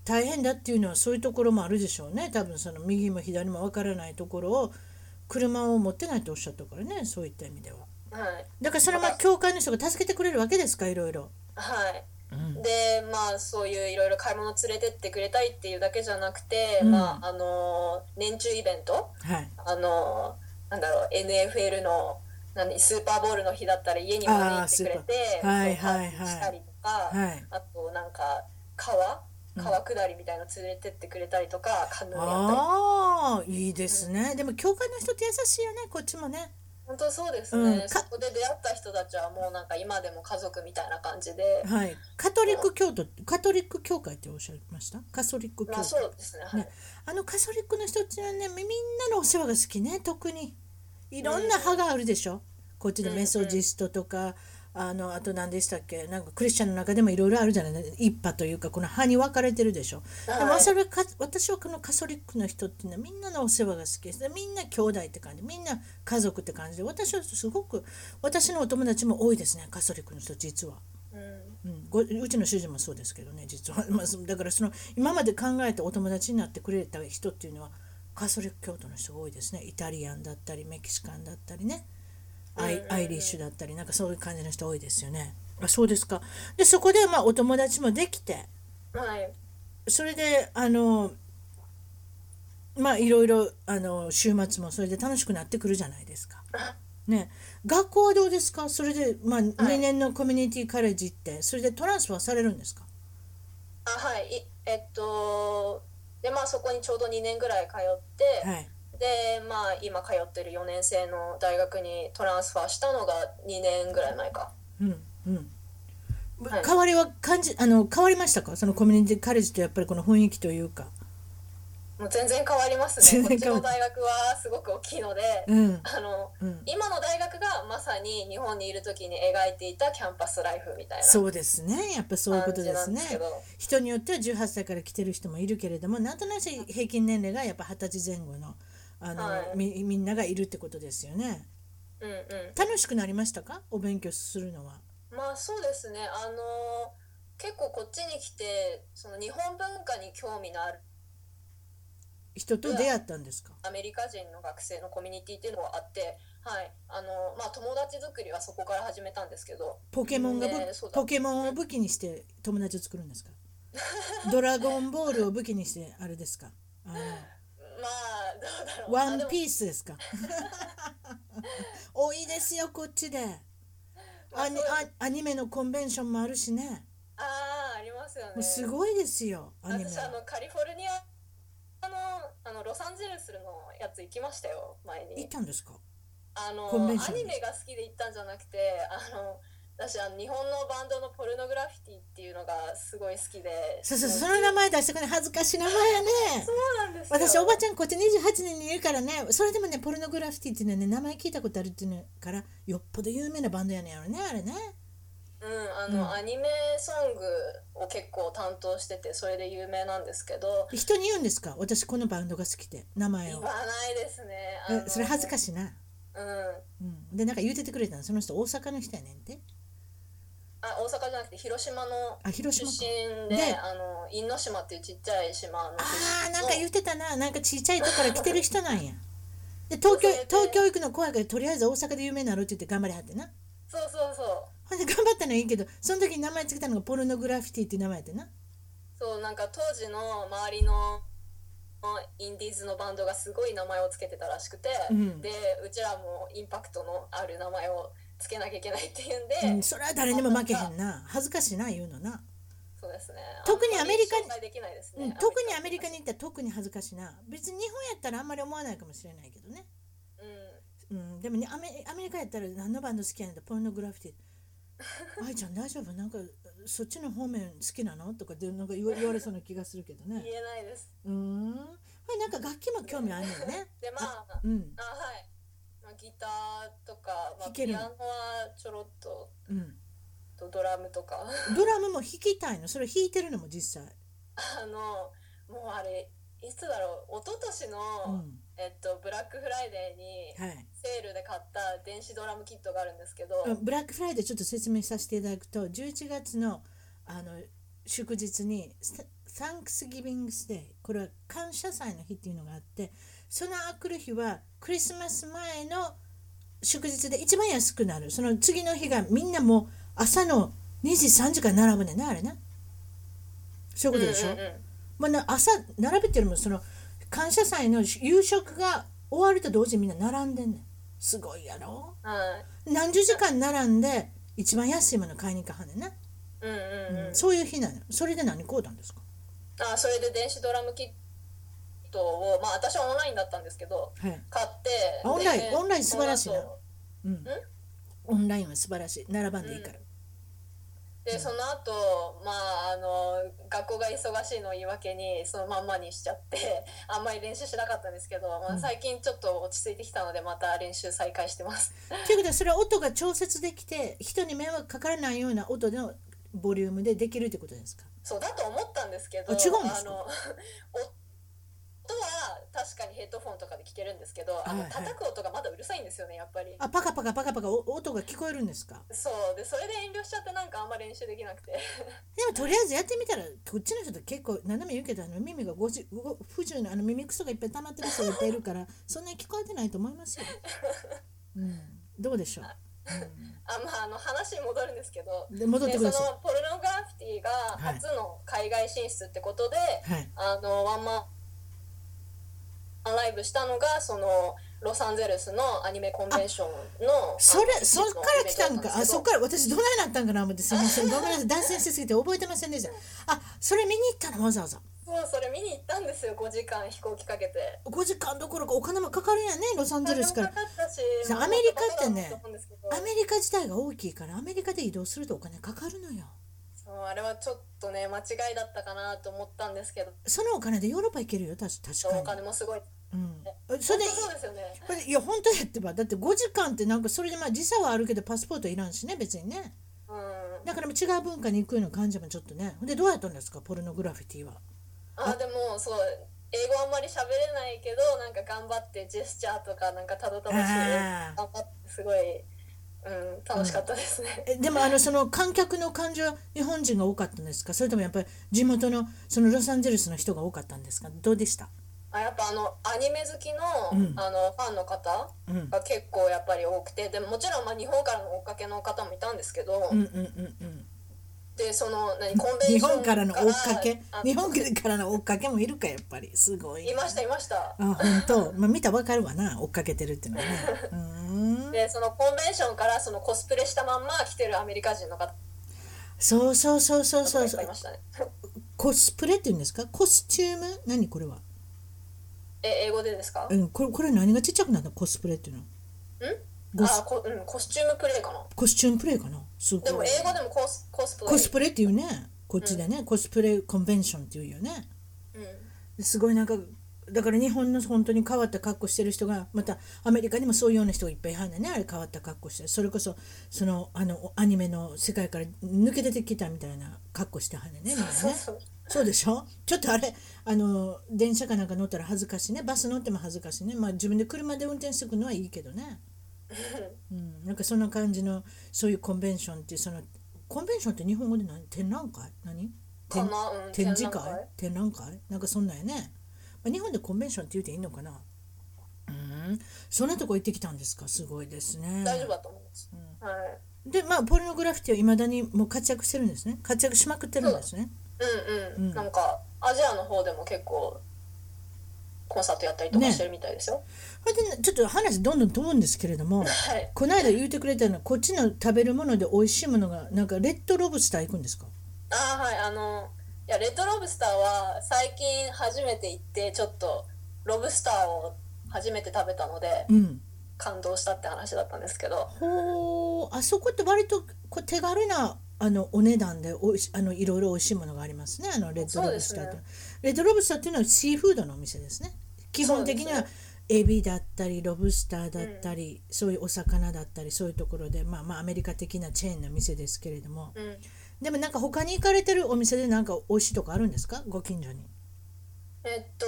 S1: 大変だっていうのはそういうところもあるでしょうね多分その右も左も分からないところを車を持ってないとおっしゃったからねそういった意味では
S2: はい
S1: だからそれはまあ教会の人が助けてくれるわけですかいろいろ。
S2: はい、でまあそういういろいろ買い物連れてってくれたいっていうだけじゃなくて、まああのー年中イベント
S1: はい
S2: あのーなんだろう NFL の何スーパーボールの日だったら家にも
S1: あー
S2: 行ってくれ
S1: スー
S2: て
S1: パーはい
S2: そうパー
S1: はい
S2: ティーしたりとか、
S1: はい
S2: あとなんか川川下りみたいなの連れてってくれたりとか、カヌーやったり
S1: ああいいですねでも教会の人って優しいよねこっちもね
S2: 本当そうですね、
S1: うんか
S2: そこで出会った人たちはもうなんか今でも家族みたいな感じで、
S1: はいカトリック教徒カトリック教会っておっしゃいましたカトリック教
S2: まあ
S1: 会
S2: そうですねはい
S1: ね、あのカソリックの人たちはねみみんなのお世話が好きね特にいろんな派があるでしょ、こっちでメソジストとか、あのあと何でしたっけなんかクリスチャンの中でもいろいろあるじゃない一派というかこの派に分かれてるでしょ、
S2: はい
S1: でもそれはか私はこのカソリックの人っていうのはみんなのお世話が好きですでみんな兄弟って感じみんな家族って感じで私はすごく私のお友達も多いですねカソリックの人実は。
S2: うん
S1: うん、ごうちの主人もそうですけどね実は、 まあ、そだからその今まで考えたお友達になってくれた人っていうのはカソリック教徒の人が多いですねイタリアンだったりメキシカンだったりねアイアイリッシュだったりなんかそういう感じの人多いですよねあそうですかでそこでまあお友達もできて
S2: はい
S1: それであのまあいろいろあの週末もそれで楽しくなってくるじゃないですか。ね、学校はどうですかそれで、まあ、2年のコミュニティカレッジってそれでトランスファーされるんですか
S2: あはいいえっとでまあそこにちょうど2年ぐらい通って、
S1: はい
S2: でまあ今通ってる4年生の大学にトランスファーしたのが2年ぐらい前か
S1: うんうん
S2: はい
S1: 変わりは感じあの変わりましたかそのコミュニティカレッジとやっぱりこの雰囲気というか
S2: もう全然変わりますね
S1: 全
S2: こっ
S1: 然
S2: ち
S1: 変わ
S2: の
S1: る
S2: 大学はすごく大きいので、
S1: うん
S2: あの
S1: うん
S2: 今の大学がまさに日本にいる時に描いていたキャンパスライフみたいな
S1: そうですねやっぱそういうことですね
S2: 感じなんですけど
S1: 人によっては18歳から来てる人もいるけれどもなんとなく平均年齢がやっぱ二十歳前後のあの、
S2: はい
S1: みみんながいるってことですよね
S2: うんうん
S1: 楽しくなりましたかお勉強するのは
S2: まあそうですねあの結構こっちに来てその日本文化に興味のある
S1: 人と出会ったんですか
S2: アメリカ人の学生のコミュニティっていうのがあって、はいあのまあ、友達作りはそこから始めたんですけど
S1: ポケモンがぶ、
S2: ねえそうだ
S1: ポケモンを武器にして友達を作るん ですかドラゴンボールを武器にしてあれですか あの
S2: まあどうだろう
S1: ワン
S2: ー
S1: ピース ですか多いですよこっちでアニアアニメのコンベンションもあるしね
S2: ああーありますよね
S1: もうすごいですよアニメ
S2: 私あのカリフォルニアのあのロサンゼルスのやつ行きましたよ前
S1: 行っ
S2: に
S1: たんですか
S2: あの
S1: コンベンシ
S2: ア
S1: ョン
S2: ニメが好きで行ったんじゃなくてあの私あの日本のバンドのポルノグラフィティっていうのがすごい好きで
S1: そうそうその名前出してくれ恥ずかしい名前やね
S2: そうなんです
S1: 私
S2: よ
S1: おばちゃんこっち28年にいるからねそれでもねポルノグラフィティっていうのはね名前聞いたことあるっていうのからよっぽど有名なバンドやねんやろねあれね
S2: うん、あの、
S1: うん
S2: アニメソングを結構担当しててそれで有名なんですけど
S1: 人に言うんですか私このバンドが好きで名前
S2: 言
S1: を
S2: わないですねあ
S1: え
S2: の
S1: それ恥ずか
S2: しい、
S1: しいな、
S2: うん、
S1: うん、でなんか言うててくれたのその人大阪の人やねんって
S2: あ大阪じゃなくて広島の
S1: あ広
S2: 出
S1: 島か
S2: 身で
S1: で
S2: あの因島っていうちっちゃい島の出
S1: あー
S2: 身
S1: なん
S2: の
S1: か言ってたななんかちっちゃいとこから来てる人なんやで東京東京行くの怖いからとりあえず大阪で有名になろうって言って頑張りはってな
S2: そうそうそう
S1: ほんで頑張ったのはいいけどその時に名前つけたのがポルノグラフィティっていう名前やってな
S2: そうなんか当時の周りのインディーズのバンドがすごい名前をつけてたらしくて、
S1: うん
S2: でうちらもインパクトのある名前をつけなきゃいけないっていうんで、
S1: うん、それは誰にも負けへんな恥ずかしいな言うのな
S2: そうですね。
S1: 特にアメリカに
S2: あんまり紹介できないです
S1: う
S2: ね。
S1: ん特にアメリカに行ったら特に恥ずかしいな別に日本やったらあんまり思わないかもしれないけどね、
S2: う
S1: うん、でもねアメアメリカやったら何のバンド好きやねんってポルノグラフィティ愛ちゃん大丈夫なんかそっちの方面好きなのとかでなんか言わ言われそうな気がするけど
S2: ん、
S1: ね
S2: 言えないです。
S1: うーんこれなんか楽器も興味あるのよね
S2: でまあ
S1: うん
S2: あはい。まあ、ギターとか、まあ、
S1: 弾ける
S2: ピ
S1: の
S2: アノはちょろっと
S1: うん
S2: とドラムとか
S1: ドラムも弾きたいのそれ弾いてるのも実際
S2: あのもうあれいつだろう一昨年の、
S1: うん
S2: えっと、ブラックフライデーに
S1: はい
S2: セールで買った電子ドラムキットがあるんですけど、
S1: あブラックフライデーちょっと説明させていただくと11月のあの祝日にサンクスギビングスデーこれは感謝祭の日っていうのがあってその来る日はクリスマス前の祝日で一番安くなるその次の日がみんなもう朝の2時3時から並ぶねんなあれねそういうことでしょ、
S2: うんうんうん
S1: まあな、朝並べてるのもその感謝祭の夕食が終わると同時にみんな並んでんねんすごいやろ
S2: はい
S1: 何十時間並んで一番安いもの買いに行かはんねんね、
S2: うんうんうん
S1: そういう日なのそれで何買うたんですか
S2: あそれで電子ドラムキットをまあ私はオンラインだったんですけど
S1: はい、
S2: 買って
S1: あオンライン
S2: で
S1: オンライン素晴らしいな
S2: その後
S1: うん、オンラインは素晴らしい並ばんでいいから、
S2: でその後まああの学校が忙しいのを言い訳にそのまんまにしちゃって あんまり練習しなかったんですけど、まあ、最近ちょっと落ち着いてきたのでまた練習再開してます。
S1: ということはそれは音が調節できて人に迷惑かからないような音のボリュームでできるってことですか
S2: そうだと思ったんですけど
S1: あ違うんですか
S2: あの 音は確かにヘッドフォンとかで聞けるんですけど、あ
S1: は
S2: の
S1: いはい
S2: 叩く音がまだうるさいんですよねやっぱり。
S1: あパカパカパカパカお音が聞こえるんですか
S2: そうでそれで遠慮しちゃってなんかあんま練習できなくて
S1: でもとりあえずやってみたらこっちの人って結構何でも言うけどあの耳がごじご不自由なあの耳くそがいっぱい溜まってる人がいっぱいいるからそんなに聞こえてないと思いますよ、うん、どうでしょう
S2: あまああの話に戻るんですけど
S1: で戻ってください
S2: でそのポルノグラフィティが初の海外進出ってことで、
S1: はい
S2: あのワンマンライブしたのがそのロサンゼルスのアニメコンベンションの
S1: それ
S2: あの
S1: そっから来たんかあそっ
S2: イベントだったんですけ
S1: から私ど
S2: ど
S1: ないなったんかな思ってすみませんごめんなさい脱線しすぎて覚えてませんでしたあそれ見に行ったのわざわざ
S2: そうそれ見に行ったんですよ5時間飛行機かけて
S1: 5時間どころかお金もかかるんやねロサンゼルスから
S2: お金もかかったし
S1: さアメリカってね
S2: もうバカだなと思うんですけど
S1: アメリカ自体が大きいからアメリカで移動するとお金かかるのよ
S2: そうあれはちょっとね間違いだったかなと思ったんですけど
S1: そのお金でヨーロッパ行けるよたし
S2: お
S1: 確か
S2: 金
S1: に、
S2: もすごい
S1: うん、それで
S2: そうですよね
S1: これいや本当やってばだって5時間ってなんかそれでまあ時差はあるけどパスポートいらんしね別にね
S2: うん
S1: だからもう違う文化に行くような感じもちょっとねほんでどうやったんですかポルノグラフィティは
S2: あでもそう英語あんまり喋れないけどなんか頑張ってジェスチャーとかなんかたどたどしい
S1: あ
S2: 頑
S1: ー
S2: 張ってすごい、うん、楽しかったですね、
S1: えでもあのその観客の感じは日本人が多かったんですかそれともやっぱり地元のそのロサンゼルスの人が多かったんですかどうでした
S2: あやっぱあのアニメ好きの,、
S1: うん
S2: あのファンの方
S1: うん
S2: が結構やっぱり多くてでももちろんまあ日本からの追っかけの方もいたんですけど、
S1: うんうんうんうん
S2: でその何コンベンショ
S1: 日
S2: ン
S1: 本からの追っかけ
S2: あ
S1: 日本からの追っかけもいるかやっぱりすごい
S2: いましたいました
S1: あ本当まあ見たらわかるわな追っかけてるっていうの はねうーん
S2: でそのコンベンションからそのコスプレしたまんま来てるアメリカ人の方
S1: そうそうそうそう
S2: とか
S1: そ
S2: いうっぱ
S1: そ
S2: いいうましたね
S1: コスプレっていうんですかコスチューム何これは
S2: え英語でですか
S1: うんこれこれ何がちっちゃくなるのコスプレっていうのは
S2: ん
S1: ゴス
S2: あこ、うん、コスチュームプレイかな
S1: コスチュームプレイかなすごい
S2: でも英語でもコスコスプレ
S1: コスプレっていうねこっちでね、コスプレコンベンションっていうよねですごいなんかだから日本の本当に変わった格好してる人がまたアメリカにもそういうような人がいっぱいいはんねんねあれ変わった格好してそれこそそのあのアニメの世界から抜け出てきたみたいな格好してはんねんねみんなね
S2: そうそう
S1: そうでしょちょっとあれあの電車かなんか乗ったら恥ずかしいねバス乗っても恥ずかしいねまあ自分で車で運転してくのはいいけどね、うん、なんかそんな感じのそういうコンベンションっていうそのコンベンションって日本語で何展覧会何展
S2: かなうん
S1: 展示
S2: 展覧
S1: 会
S2: 会
S1: 展覧会なんかそんなんやね、まあ、日本でコンベンションって言うていいのかなうんそんなとこ行ってきたんですかすごいですね
S2: 大丈夫だと思います、はい
S1: でまあポルノグラフィティはいまだにもう活躍してるんですね活躍しまくってるんですね
S2: うんうん、
S1: うん
S2: なんかアジアの方でも結構コンサートやったりとかしてるみたいですよ、
S1: それでねちょっと話どんどん飛ぶんですけれども
S2: はい
S1: この間言うてくれたのはこっちの食べるもので美味しいものがなんかレッドロブスター行くんですか
S2: あーはいあのいやレッドロブスターは最近初めて行ってちょっとロブスターを初めて食べたので
S1: うん
S2: 感動したって話だったんですけど
S1: ほうあそこって割とこう手軽なあのお値段でおいしあのいろいろ美味しいものがありますねあのレッドロブスターと、
S2: そうで
S1: レッドロブスターっていうのはシーフードのお店ですね基本的に
S2: そう
S1: は
S2: で
S1: エビだったりロブスターだったり、そういうお魚だったりそういうところでまあまあアメリカ的なチェーンの店ですけれども
S2: うん
S1: でもなんか他に行かれてるお店でなんか美味しいとこあるんですかご近所に
S2: えっと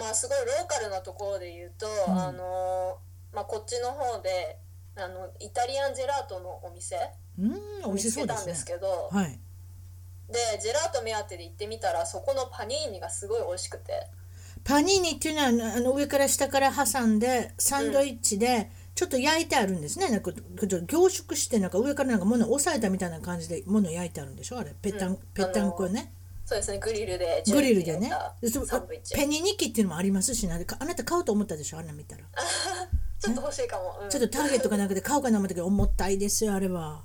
S2: まあすごいローカルなところで言うと、
S1: うん
S2: あのまあこっちの方であのイタリアンジェラートのお店
S1: うん美
S2: 見
S1: 味し
S2: つ
S1: そ
S2: け
S1: うで
S2: たん
S1: すね
S2: ですけど
S1: はい
S2: でジェラート目当てで行ってみたらそこのパニーニがすごい美味しくて
S1: パニーニっていうのはあのあの上から下から挟んでサンドイッチでちょっと焼いてあるんですね、なんかちょっと凝縮してなんか上からなんか物を押さえたみたいな感じで物を焼いてあるんでしょあれぺったん、
S2: うん
S1: ぺったんこね
S2: そうですねグリルで
S1: グリルでね
S2: ジュ
S1: そ
S2: ー
S1: う
S2: スで焼いたサンドイッチ
S1: ペニニキっていうのもありますしねあれかあなた買おうと思ったでしょあんな見たら
S2: ちょっと欲しいかも、うん
S1: ちょっとターゲットかなんかで買おうかなと思ったけど重たいですよあれは、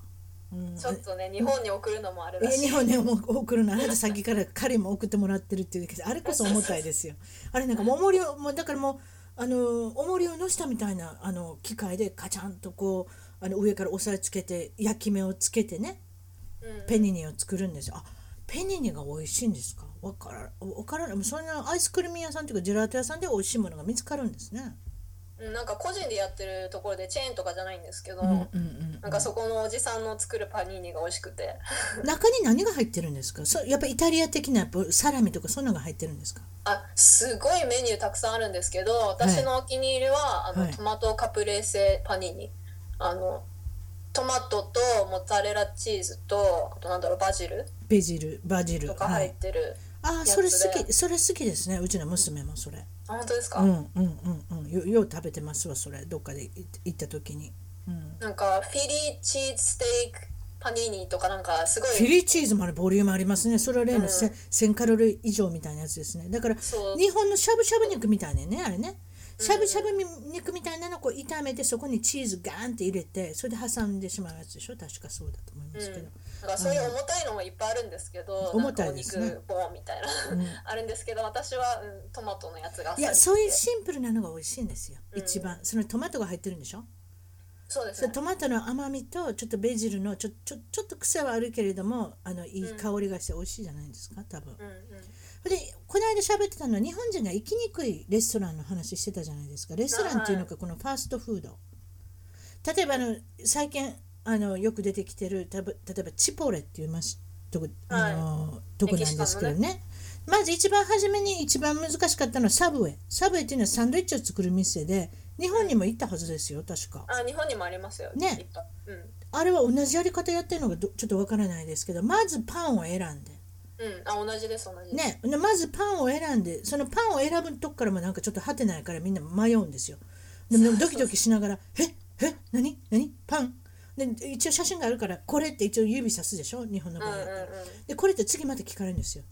S1: うん、
S2: ちょっとね日本に送るのもあれ
S1: え
S2: だし
S1: 日本にも送るのあなた先から彼も送ってもらってるっていうけどあれこそ重たいですよあれなんかもう重りをもうだからもうあの重りをのしたみたいなあの機械でカチャンとこうあの上から押さえつけて焼き目をつけてね
S2: うん
S1: ペニニを作るんですよあペニニが美味しいんですかわからわからないもうそんなアイスクリーム屋さんというかジェラート屋さんで美味しいものが見つかるんですね
S2: うんなんか個人でやってるところでチェーンとかじゃないんですけど、
S1: うん
S2: なんかそこのおじさんの作るパニーニが美味しくて
S1: 中に何が入ってるんですかそうやっぱイタリア的なやっぱサラミとかそんなのが入ってるんですか
S2: あすごいメニューたくさんあるんですけど私のお気に入りは、あ
S1: は
S2: の
S1: い
S2: トマトカプレーセパニーニあのトマトとモッツァレラチーズとあとなんだろうバジル
S1: ベジルバジル
S2: とか入ってる、
S1: ああ
S2: やつ
S1: それ
S2: で
S1: 好きそれ好きですねうちの娘もそれ
S2: あ本当ですか、
S1: うんうんうんうんよよう食べてますわそれどっかでい行った時に、うん、
S2: なんかフィリーチーズステーキパニーニとかなんかすご
S1: フィ
S2: い
S1: リーチーズもあれボリュームありますねそれは例の
S2: うん
S1: せ1000カロリー以上みたいなやつですねだから
S2: そう
S1: 日本のしゃぶしゃぶ肉みたいなねあれねしゃぶしゃぶ肉みたいなのをこう炒めてそこにチーズガーンって入れてそれで挟んでしまうやつでしょ確かそうだと思いますけど、
S2: なんかそういう重たいのもいっぱいあるんですけど、
S1: 重たいですね
S2: なんかお肉ボンみたいな、 あるんですけど私は、うん、トマトのやつがあっ
S1: い
S2: さり
S1: や
S2: して
S1: そういうシンプルなのが美味しいんですよ、
S2: うん
S1: 一番そのトマトが入ってるんでしょ
S2: そうです
S1: そ
S2: ね
S1: うトマトの甘みとちょっとベジルのちょちょちょっと癖はあるけれどもあのいい香りがして美味しいじゃないですか多分
S2: うんうん
S1: でこの間喋ってたのは日本人が行きにくいレストランの話してたじゃないですかレストランっていうのかこのファーストフード例えばあの最近あのよく出てきてるたぶ例えばチポレっていうましとこ,、あのとこなんですけどねまず一番初めに一番難しかったのはサブウェイサブウェイっていうのはサンドイッチを作る店で日本にも行ったはずですよ確か
S2: あ日本にもありますよ
S1: ね
S2: いっぱいうん
S1: あれは同じやり方やってるのがどちょっとわからないですけどまずパンを選んで
S2: うん、あ同じです同じです、
S1: ねでまずパンを選んでそのパンを選ぶとこからもなんかちょっとはてないからみんな迷うんですよでもドキドキしながら「ええ何何パン?」で一応写真があるから「これ」って一応指さすでしょ日本の
S2: う
S1: 場
S2: ん
S1: 合
S2: うん
S1: だったら
S2: うん
S1: でこれって次また聞かれるんですよ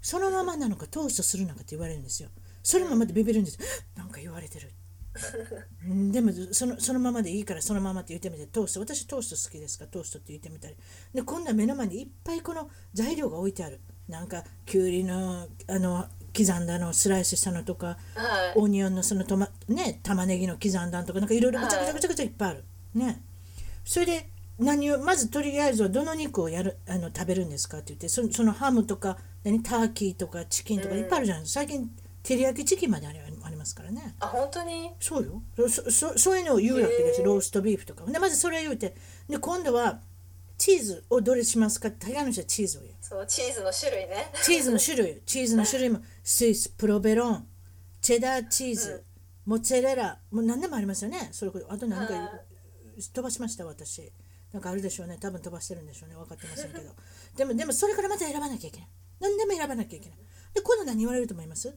S1: そのままなのかトーストするのかって言われるんですよそれもまたビビるんですなんか言われてる うんでもそのそのままでいいからそのままって言ってみてトースト私トースト好きですからトーストって言ってみたりで今度は目の前にいっぱいこの材料が置いてあるなんかきゅうりのあの刻んだのスライスしたのとか
S2: はい
S1: オニオンのそのトマね玉ねぎの刻んだんとかなんかいろいろぐちゃぐちゃぐちゃぐちゃいっぱいある、ねそれで何をまずとりあえずはどの肉をやるあの食べるんですかって言ってそそのハムとか何ターキーとかチキンとかいっぱいあるじゃないですか、最近照り焼きチキンまでありありますからね
S2: あ本当に
S1: そうよそそそそういうのを言うわけです
S2: へー
S1: ローストビーフとかでまずそれを言うてで今度はチーズをどれしますかって大概の人はチーズを言う
S2: そうチーズの種類ね
S1: チーズの種類、チーズの種類もスイス、プロベロン、チェダーチーズ、モッツァレラ、もう何でもありますよね。それこそあと何か
S2: は
S1: 飛ばしました私。なんかあるでしょうね。多分飛ばしてるんでしょうね。分かってませんけど。でもでもそれからまた選ばなきゃいけない。何でも選ばなきゃいけない。で今度何言われると思います？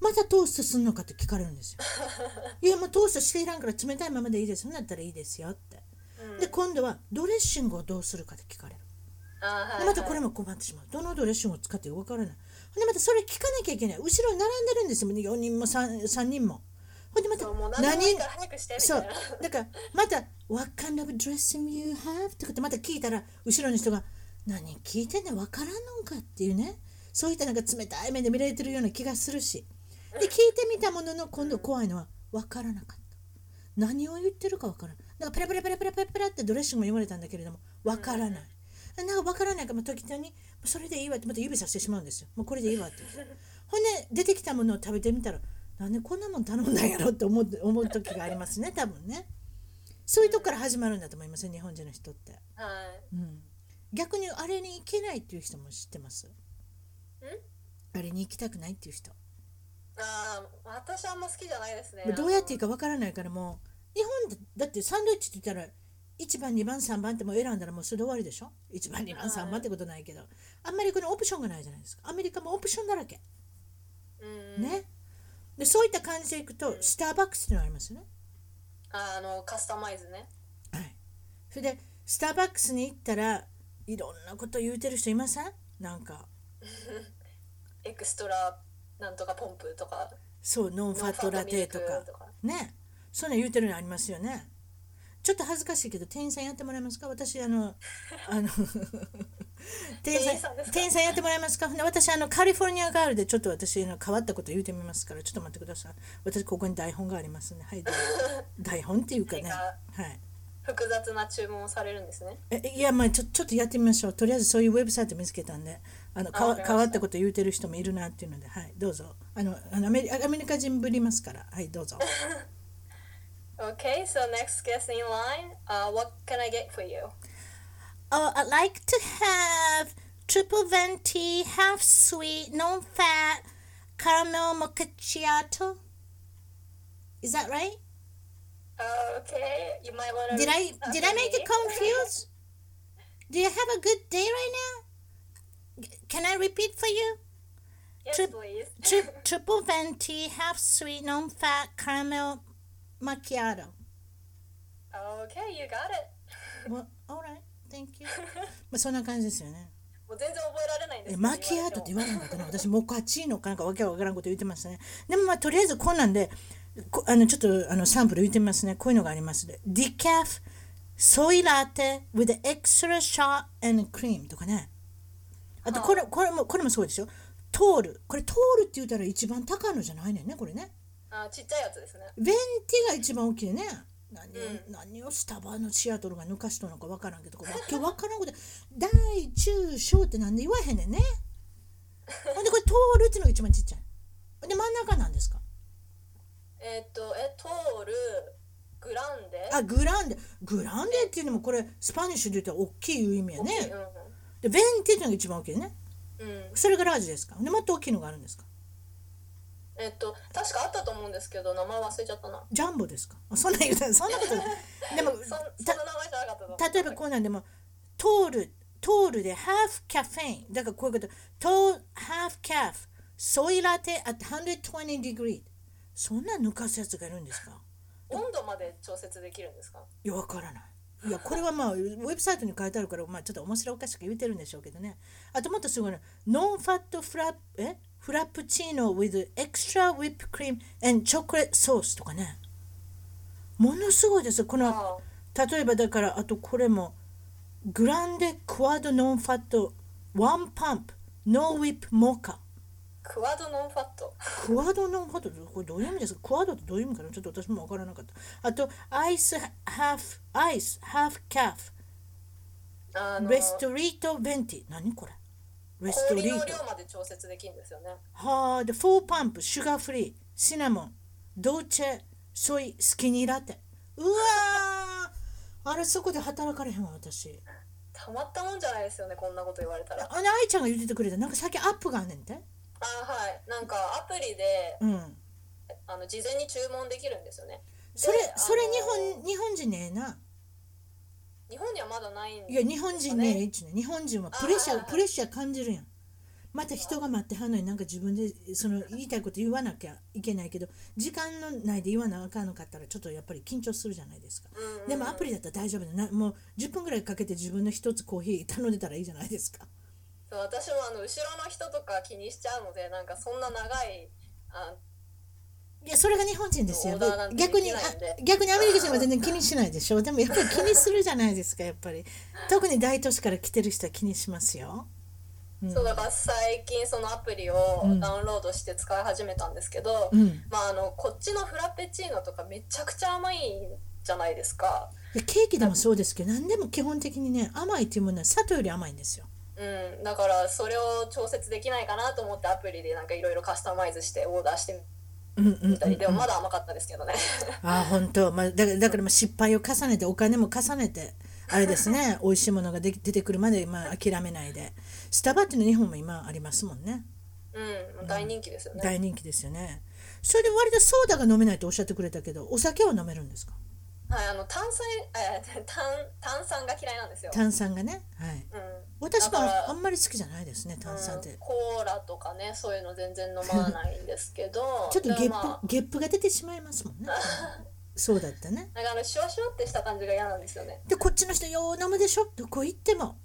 S1: またトーストするのかって聞かれるんですよ。いやもうトーストしていらんから冷たいままでいいですよ。なったらいいですよって。で今度はドレッシングをどうするかって聞かれる。
S2: あはい、
S1: でまたこれも困ってしまう。どのドレッシングを使っていいか分からない。ほんでまたそれ聞かなきゃいけない。後ろに並んでるんですよ。4人も 3, 三人も。ほんでまた
S2: そうもう何
S1: 何
S2: でもいいから早くしてみた
S1: そ
S2: いうな
S1: だからまた「What kind of dressing you have?」とかってまた聞いたら後ろの人が「何聞いてんねん分からんのんかっていうねそういったなんか冷たい目で見られてるような気がするしで聞いてみたものの今度怖いのは分からなかった何を言ってるか分からんなんかペラペラペラペラペラペラってドレッシングも言われたんだけれども分からない、なんか分からないから、まあ、時々に「それでいいわ」ってまた指さしてしまうんですよもうこれでいいわってほんで出てきたものを食べてみたらなんでこんなもん頼んだんやろって思う思う時がありますね多分ねそういうとこから始まるんだと思いますよ日本人の人って。
S2: は
S1: う
S2: い。
S1: ん、逆にあれに行けないっていう人も知ってますあれに行きたくないっていう人
S2: ああ、私あんま好きじゃないですね。
S1: どうやっていいかわからないからもう日本だってサンドイッチって言ったら1番2番3番ってもう選んだらもうそれで終わりでしょ1番2番3番ってことないけどあんまりこのオプションがないじゃないですかアメリカもオプションだらけ
S2: うん。
S1: ねでそういった感じでいくとスターバックスっていうのがありますよね
S2: あーあの、カスタマイズね。
S1: はいそれでスターバックスに行ったらいろんなこと言うてる人いませんなんか
S2: エクストラなんとかポンプとか。
S1: そうノンファットラテと
S2: ノンフ
S1: か
S2: ァットミルクとか
S1: ねそういうの言うてるのありますよねちょっと恥ずかしいけど店員さんやってもらえますか私あの あの店員
S2: 店
S1: さん
S2: 員さんですか
S1: 店員さんやってもらえますかほんで私あのカリフォルニアガールでちょっと私あの変わったこと言うてみますからちょっと待ってください私ここに台本がありますねはいどうぞ 台本っていうかね
S2: 何か
S1: はい
S2: 複雑な注文をされるんですね。
S1: えいやまあちょちょっとやってみましょうとりあえずそういうウェブサイト見つけたんであのかわ
S2: わかりました
S1: 変わったこと言うてる人もいるなっていうのではいどうぞあのあのアメリアメリカ人ぶりますからはいどうぞ
S2: Okay, so next guest in line. Uh, what can I get for you?
S1: Oh, I'd like to have triple venti, half sweet, non fat, caramel mochaccino. Is that right?
S2: Okay, you might want to.
S1: Did I did I make it confused? Do you have a good day right now? G- Can I repeat for you?
S2: yes,
S1: Trip-
S2: please.
S1: Tri- triple venti, half sweet, non fat, caramel macchiato.
S2: okay, you got it.
S1: Well, all right, thank you. まあそんな感じですよね。
S2: もう全然覚えられないんです
S1: え
S2: けど
S1: マキアートって言
S2: わ
S1: わなかったな私モカチーノかなんかわけわからんこと言ってましたねでもまあとりあえずこんなんでこあのちょっとあのサンプル言ってみますねこういうのがありますでディカフソイラテ with extra shot and cream とかねあとこれこれもこれもそうでしょトールこれトールって言ったら一番高いのじゃないねんねこれね
S2: れてもあちっちゃいやつですね
S1: ベンティが一番大きいね何を,、何をスタバのシアトルが抜かしとるのかわからんけどこれわけわからんこと大中小ってなんで言わへんねんねほんでこれ通るっていうのが一番ちっちゃいほんで真ん中なんですか
S2: えーっとえトールグランデ
S1: あグランデグランデっていうのもこれスパニッシュで言ったら大きいいう意味やねでベンティっていうのが一番大きいね
S2: うん、うん、
S1: それがラージですかほんでもっと大きいのがあるんですか
S2: えーっと確かあったと思うんですけど名前忘れちゃったな
S1: ジャンボですかあそんなん言うたらそんなことないでも
S2: そんその名前じゃなかったと思う
S1: 例えばこうなんでもトールトールでハーフカフェインだからこういうことトーハーフカフソイラテ at 120 degree そんな抜かすやつがいるんですか
S2: 温度まで調節できるんですか
S1: いやわからないいやこれはまあウェブサイトに書いてあるから、まあ、ちょっと面白おかしく言うてるんでしょうけどねあともっとすごいのノンファットフラえフラプチーノ with extra whipped cream and chocolate sauce とかねものすごいですよこの
S2: あ
S1: 例えばだからあとこれもグランデクワードノンファットワンパンプノーウィップモカ
S2: クワドノンファット
S1: クワードノンファットこれどういう意味ですかクワードってどういう意味かなちょっと私もわからなかったあとアイスハーフアイスハーフカ
S2: あ
S1: フ
S2: の
S1: レストリートベンティ何これレストリ
S2: 氷
S1: ー
S2: の
S1: ト
S2: 量まで調節できるんですよね
S1: はあでフォーパンプシュガーフリーシナモンドーチェソイスキニーラテうわーあれそこで働かれへんわ私
S2: たまったもんじゃないですよねこんなこと言われたらあ
S1: あの愛ちゃんが言っててくれたなんか最近アップがあんねんて
S2: はいなんかアプリで
S1: うん
S2: あの事前に注文できるんですよねで
S1: それ
S2: あの
S1: それ日本日本人ねえな
S2: 日本にはまだないん
S1: いや日本人ねえ一ね日本人はプレッシャ
S2: あ
S1: ー
S2: ー
S1: プレッシャー感じるやんまた人が待ってはんのになんか自分でその言いたいこと言わなきゃいけないけど時間の内で言わなあかんのかったらちょっとやっぱり緊張するじゃないですか
S2: うんうん
S1: でもアプリだったら大丈夫だなもう10分ぐらいかけて自分の一つコーヒー頼んでたらいいじゃないですか
S2: そう私もあの後ろの人とか気にしちゃうのでなんかそんな長いあ
S1: いやそれが日本人ですよ
S2: オーダーなんてでき
S1: 逆にあ
S2: ないんで
S1: 逆にアメリカ人は全然気にしないでしょでもやっぱり気にするじゃないですかやっぱり特に大都市から来てる人は気にしますよ、うん、
S2: そうだから最近そのアプリを
S1: うん
S2: ダウンロードして使い始めたんですけど、
S1: うん
S2: まああのこっちのフラペチーノとかめちゃくちゃ甘いじゃないですか。
S1: でケーキでもそうですけど何でも基本的にね甘いっていうものは砂糖より甘いんですよ
S2: うん、だからそれを調節できないかなと思ってアプリでなんかいろいろカスタマイズしてオーダーして
S1: うんうんうん
S2: みたりでもまだ甘かったですけどね
S1: ああ本当、まあ、だからだからまあ失敗を重ねてお金も重ねてあれです ね美味しいものができ出てくるまで、まあ、諦めないでスタバっていうの日本も今ありますもんね
S2: うん大人気ですよね
S1: 大人気ですよねそれで割とソーダが飲めないとおっしゃってくれたけどお酒は飲めるんですか
S2: はい、あの炭酸えー炭炭酸が嫌いなんですよ。
S1: 炭酸がねはい
S2: うん、
S1: 私
S2: だから
S1: はあんまり好きじゃないですね炭酸って、
S2: うんコーラとかねそういうの全然飲まないんですけど
S1: ちょっとゲップ、
S2: でもまあ
S1: ゲップが出てしまいます もんねそうだったね
S2: なんかあのシュワシュワってした感じが嫌なんですよね
S1: でこっちの人よう飲むでしょどこ行っても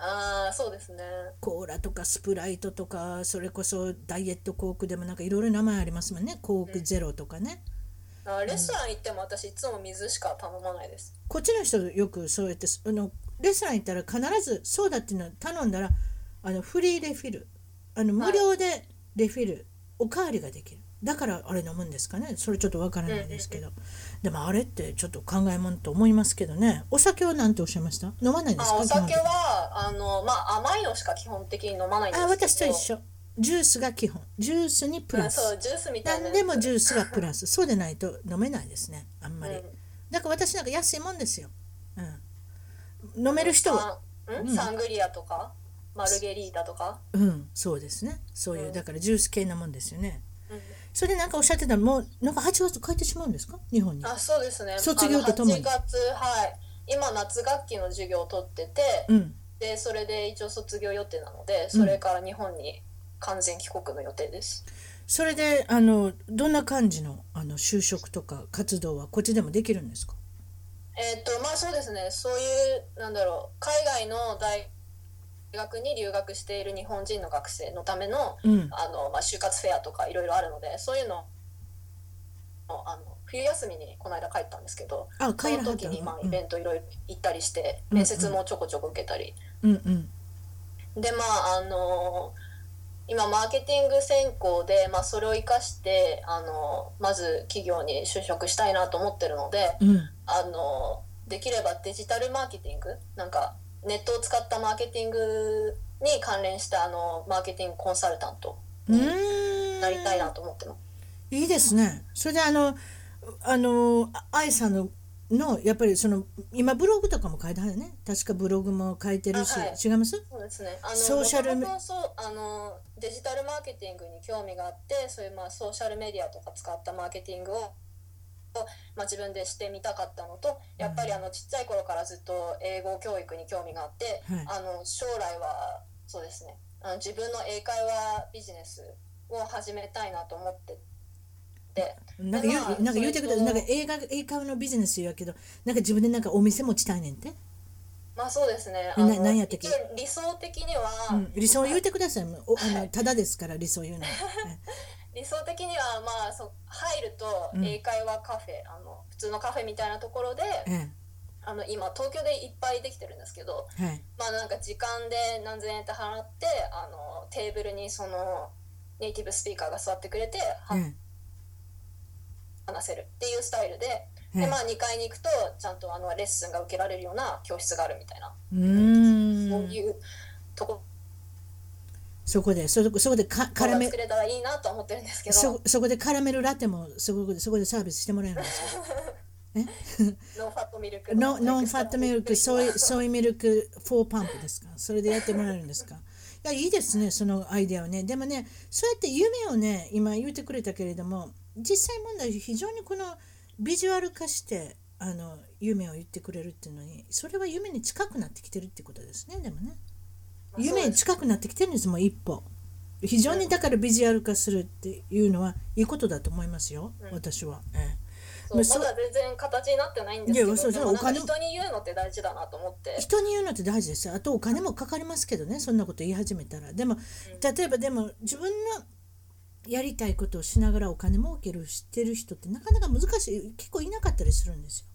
S2: ああそうですね
S1: コーラとかスプライトとかそれこそダイエットコークでもなんかいろいろ名前ありますもんねコークゼロとかね、
S2: あレストラン行っても私いつも水しか頼まないです
S1: こっちの人よくそうやってあのレストラン行ったら必ずそうだっていうのを頼んだらあのフリーレフィルあの無
S2: はい
S1: 料でレフィル、おかわりができるだからあれ飲むんですかねそれちょっとわからないですけど、でもあれってちょっと考えもんと思いますけどねお酒は何ておっしゃいました飲まないんです
S2: あ
S1: か
S2: お
S1: 基本
S2: 酒
S1: 的に
S2: はあのまあ甘いのしか基本的に飲まないんですけど
S1: あ私と一緒ジュースが基本ジュースにプ
S2: う
S1: ラ
S2: ん
S1: ス、
S2: そうジュースみたい
S1: 何
S2: なやつ
S1: でもジュースがプラスそうでないと飲めないですねあんまり、
S2: うん
S1: だから私なんか安いもんですよ、うん、飲める人は
S2: サン,ん、サングリアとかマルゲリータとか
S1: うんそうですねそういう、
S2: うん
S1: だからジュース系なもんですよね
S2: うん
S1: それでなんかおっしゃってたもうなんか8月帰ってしまうんですか日本に
S2: あそうですね
S1: 卒業とともに
S2: あの8月はい今夏学期の授業を取ってて、
S1: うん
S2: でそれで一応卒業予定なのでそれから日本に完全帰国の予定です、
S1: それであのどんな感じのあの就職とか活動はこっちでもできるんですか
S2: えっ、とまあそうですねそういうなんだろう海外の大学に留学している日本人の学生のための
S1: うん
S2: あの、まあ、就活フェアとかいろいろあるのでそういうのをあの冬休みにこの間帰ったんですけど
S1: あ
S2: そ
S1: 帰ら
S2: の
S1: はっ
S2: 時
S1: た
S2: に、まあ、
S1: う
S2: イ
S1: ん
S2: ベントいろいろ行ったりして、
S1: うん
S2: 面接もちょこちょこ受けたり、
S1: うんうん
S2: でまああの今マーケティング専攻で、まあ、それを活かしてあのまず企業に就職したいなと思ってるので
S1: うん
S2: あのできればデジタルマーケティングなんかネットを使ったマーケティングに関連したあのマーケティングコンサルタント
S1: う
S2: に
S1: ーん
S2: なりたいなと思ってます。
S1: いいですね。それであのあのあ愛さんののやっぱりその今ブログとかも書いてあるね。確かブログも書いてるし、
S2: あはい
S1: 違います？
S2: そうですね。あの
S1: ソーシャルメ
S2: 元々そうあのデジタルマーケティングに興味があって、そういうまあソーシャルメディアとか使ったマーケティングを。をまあ、自分でしてみたかったのとやっぱりあのちっちゃい頃からずっと英語教育に興味があって、
S1: は
S2: あの将来はそうですねあの自分の英会話ビジネスを始めたいなと思ってて
S1: なんか言う
S2: まあ
S1: なんか言うてください。
S2: それ
S1: なんか
S2: と
S1: 映画映画のビジネス言うけど、なんか自分でなんかお店持ちたいねんって。
S2: まあそうですねあ
S1: な
S2: の
S1: なんやったっけ
S2: 一応理想的には、
S1: うん、理想言うてください。もうおあのただですから理想言うのは。はい
S2: 理想的にはまあそ入ると
S1: うん
S2: 英会話カフェ、あの普通のカフェみたいなところで
S1: え
S2: あの今東京でいっぱいできてるんですけど
S1: えはい。
S2: まあなんか時間で何千円って払ってあのテーブルにそのネイティブスピーカーが座ってくれて、は
S1: え
S2: 話せるっていうスタイルで,、
S1: ええ
S2: でまあ2階に行くとちゃんとあのレッスンが受けられるような教室があるみたいな、
S1: えうー。
S2: そうんいうとこ
S1: そこでそこそこでか
S2: ろ
S1: 絡
S2: が
S1: め
S2: 作れたらいいなとは思ってるんですけど
S1: そそこで絡めるラテもそこでそこでサービスしてもらえるんですか
S2: ノンファットミルク
S1: ノンノンファットミルク、ソイ
S2: う
S1: ソイミルク、フォーパンプですかそれでやってもらえるんですかいや、いいですね、そのアイデアはね。でもね、そうやって夢をね、今言ってくれたけれども、実際問題、非常にこのビジュアル化して、あの夢を言ってくれるっていうのにそれは夢に近くなってきてるってことですねでもね夢に近くなってきてるんですもう一歩非常にだからビジュアル化するっていうのはいいことだと思いますよ、
S2: うん
S1: 私は、え
S2: そう
S1: まあそう
S2: まだ全然形になってないんですけ
S1: いや
S2: ど
S1: そう
S2: で
S1: そう
S2: もな
S1: お
S2: んか
S1: 金も
S2: 人に言うのって大事だなと思って
S1: 人に言うのって大事ですよあとお金もかかりますけどねそんなこと言い始めたらでも例えばでも自分のやりたいことをしながらお金儲けるしてる人ってなかなか難しい結構いなかったりするんですよ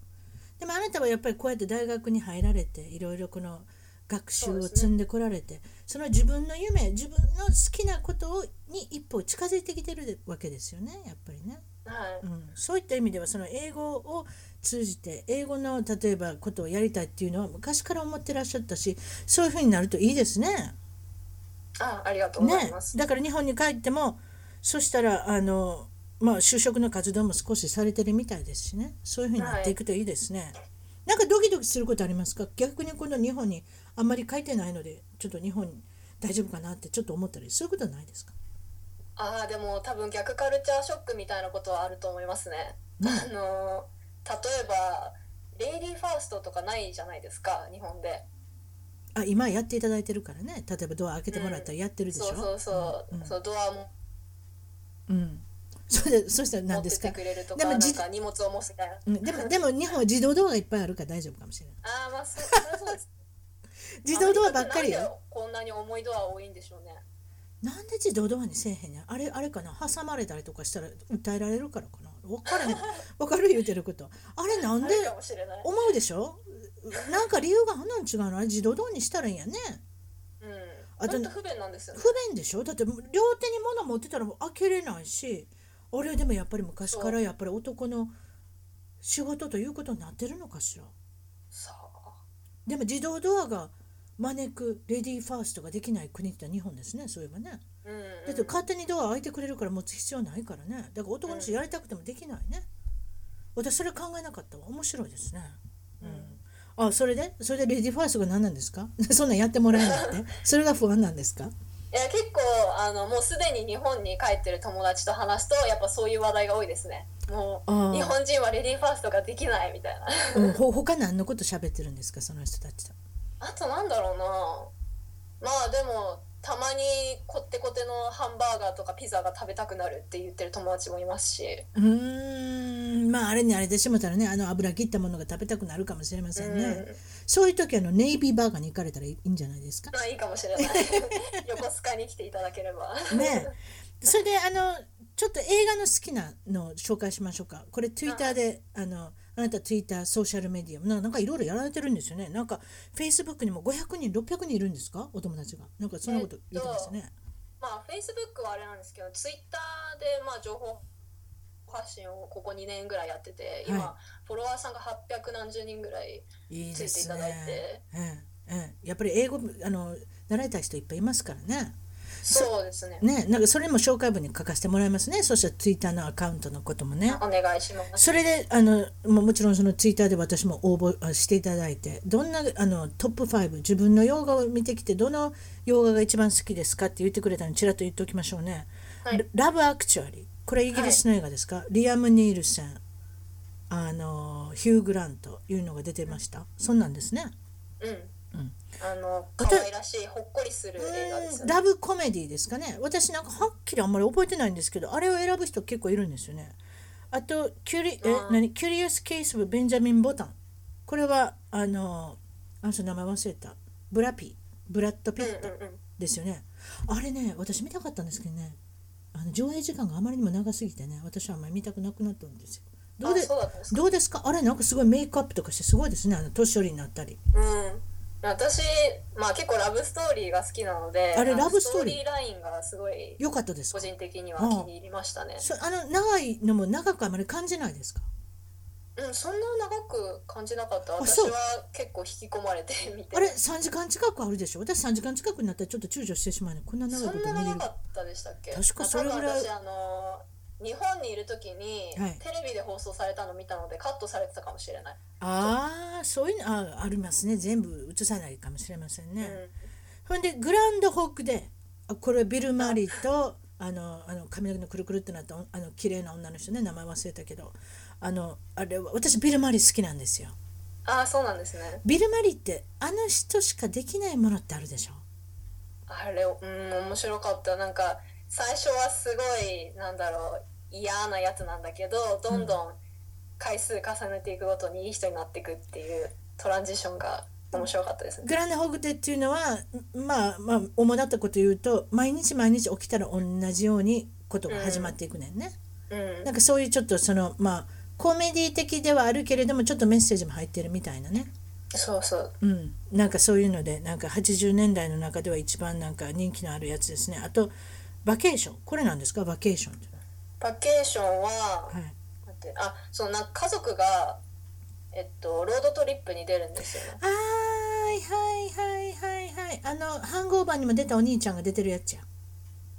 S1: でもあなたはやっぱりこうやって大学に入られていろいろこの学習を積んでこられてそ,、の自分の夢自分の好きなことをに一歩近づいてきてるわけですよねやっぱりね、
S2: は
S1: う
S2: い、
S1: ん、そういった意味ではその英語を通じて英語の例えばことをやりたいっていうのは昔から思ってらっしゃったしそういうふうになるといいですね。
S2: あありがとうござい
S1: ね
S2: ます、、
S1: だから日本に帰ってもそしたらあの、まあ、就職の活動も少しされてるみたいですしねそういうふうになっていくといいですね、なんかドキドキすることありますか逆にこの日本にあんまり書いてないのでちょっと日本大丈夫かなってちょっと思ったりそういうことはないですか
S2: ああでも多分逆カルチャーショックみたいなことはあると思いますね、あの例えばレイディーファーストとかないじゃないですか日本で
S1: あ今やっていただいてるからね例えばドア開けてもらったらやってるでしょ、
S2: そうそうそう,、そうドアも
S1: うん、そ れでそしたら
S2: 持
S1: 何
S2: っ
S1: で
S2: て
S1: す
S2: て
S1: か
S2: くれると
S1: で
S2: か
S1: も
S2: なん
S1: じ
S2: か荷物を持つみたいな
S1: うんでもでも日本は自動ドアがいっぱいあるから大丈夫かもしれない
S2: ああまあそうそりゃそうです
S1: 自動ドアばっかりよ
S2: なんでこんなに重いドア多いんでしょうね
S1: なんで自動ドアにせえへんねんあれあれかな挟まれたりとかしたら訴えられるからかな分から へん分かる言うてることあれなん
S2: あ
S1: で
S2: るかもしれない
S1: 思うでしょなんか理由があんなん違うのあれ自動ドアにしたらいいんやね
S2: うん
S1: あと
S2: 本当不便なんですよね
S1: 不便でしょだって両手に物持ってたらもう開けれないしあれでもやっぱり昔からやっぱり男の仕事ということになってるのかしら
S2: さあ
S1: でも自動ドアが招くレディーファーストができない国って日本ですねそういえばね
S2: うん、うん、
S1: だって勝手にドア開いてくれるから持つ必要ないからねだから男の人やりたくてもできないね、私それ考えなかったわ面白いですねうんあそれでそれでレディーファーストが何なんですか そんなんやってもらえないってそれが不安なんですか
S2: いや結構あのもうすでに日本に帰ってる友達と話すとやっぱそういう話題が多いですねも
S1: あー
S2: う日本人はレディーファーストができないみたいな
S1: うんほ他何のこと喋ってるんですかその人たちと
S2: あとなんだろうなまあでもたまにこってこてのハンバーガーとかピザが食べたくなるって言ってる友達もいますし
S1: うーんまああれにあれでしもたらねあの油切ったものが食べたくなるかもしれませんね、
S2: うん
S1: そういう時あのネイビーバーガーに行かれたらいいいいんじゃないですか
S2: まあいいかもしれない 横須賀に来ていただければ
S1: ねえそれであのちょっと映画の好きなのを紹介しましょうかこれツイッターであのあなたツイッターソーシャルメディアななんかいろいろやられてるんですよねなんかフェイスブックにも500人600人いるんですかお友達がなんかそんなこと言ってましたね、
S2: まあ、フェイスブックはあれなんですけど、ツイッターでまあ情報発信をここ2年ぐらいやってて、今、
S1: は
S2: フォロワーさんが800何十人ぐらい、
S1: いいです
S2: ついていただい
S1: ね
S2: て
S1: ええええやっぱり英語あの習いたい人いっぱいいますからね
S2: そうですね、
S1: ねえなんかそれも紹介文に書かせてもらいますねそしたらツイッターのアカウントのこともね
S2: お願いします。
S1: それであのもうもちろんそのツイッターで私も応募あしていただいてどんなあのトップ5自分の洋画を見てきてどの洋画が一番好きですかって言ってくれたのちらっと言っておきましょうね「
S2: はい
S1: ラブ・アクチュアリー」これイギリスの映画ですか、リアム・ニールセンあのヒュー・グラントいうのが出てました、そんなんですね
S2: うん、あの
S1: あ
S2: 可
S1: と
S2: 愛らしいほっこりする映画ですよね。
S1: ラブコメディですかね私なんかはっきりあんまり覚えてないんですけどあれを選ぶ人結構いるんですよねあとキュリえ
S2: うん
S1: 何キュリアス・ケース・ブ・ベンジャミン・ボタンこれはあのあの人名前忘れたブラピブラッド・ピ
S2: うん
S1: ット
S2: うんうん。
S1: ですよねあれね私見たかったんですけどねあの上映時間があまりにも長すぎてね私はあんまり見たくなくなったんですよどうで
S2: あそうだったんですか
S1: どうですかあれなんかすごいメイクアップとかしてすごいですねあの年寄りになったり
S2: うん私、まあ、結構ラブストーリーが好きなので
S1: あれ
S2: の
S1: ラブストーリー
S2: ラインがすごい
S1: 良かったです
S2: 個
S1: か
S2: 人的には気に入りましたね。
S1: そあの長いのも長くあまり感じないですか
S2: うん、そんな長く感じなかった
S1: あ
S2: 私
S1: そう
S2: は結構引き込まれて見て
S1: あれ3時間近くあるでしょ私3時間近くになったらちょっと躊躇してしまうのこんな長い
S2: そ
S1: こ
S2: ん
S1: と
S2: な
S1: 見れ
S2: 長
S1: る
S2: かったでしたっけ
S1: 確かそれぐらい
S2: あ多分私あのー日本にいる時に、
S1: はい
S2: テレビで放送されたの見たのでカットされてたかもしれない、
S1: ああそういうのあありますね全部映さないかもしれませんね、
S2: うん
S1: ほんでグランドホックであこれはビル・マリーとあのあの髪の毛のくるくるってなったあの綺麗な女の人ね名前忘れたけどあのあれは私ビル・マリー好きなんですよ
S2: ああそうなんですね
S1: ビル・マリーってあの人しかできないものってあるでしょ
S2: あれうん面白かったなんか最初はすごいなんだろう嫌なやつなんだけどどんどん回数重ねていくごとにいい人になっていくっていうトランジションが面白かったですね、
S1: グランドホグデっていうのはまあまあ主だったこと言うと毎日毎日起きたら同じようにことが始まっていくねんね。
S2: うん
S1: なんかそういうちょっとそのまあコメディ的ではあるけれどもちょっとメッセージも入ってるみたいなね、
S2: そうそう
S1: うん、なんかそういうのでなんか80年代の中では一番なんか人気のあるやつですねあとバケーションこれなんですかバケーションっていう
S2: バケーションは
S1: のは、はい、
S2: 待ってあそうなんか家族がえっとロードトリップに出るんですよね
S1: あーはいはいはいはいあのハングオーバーにも出たお兄ちゃんが出てるやつや、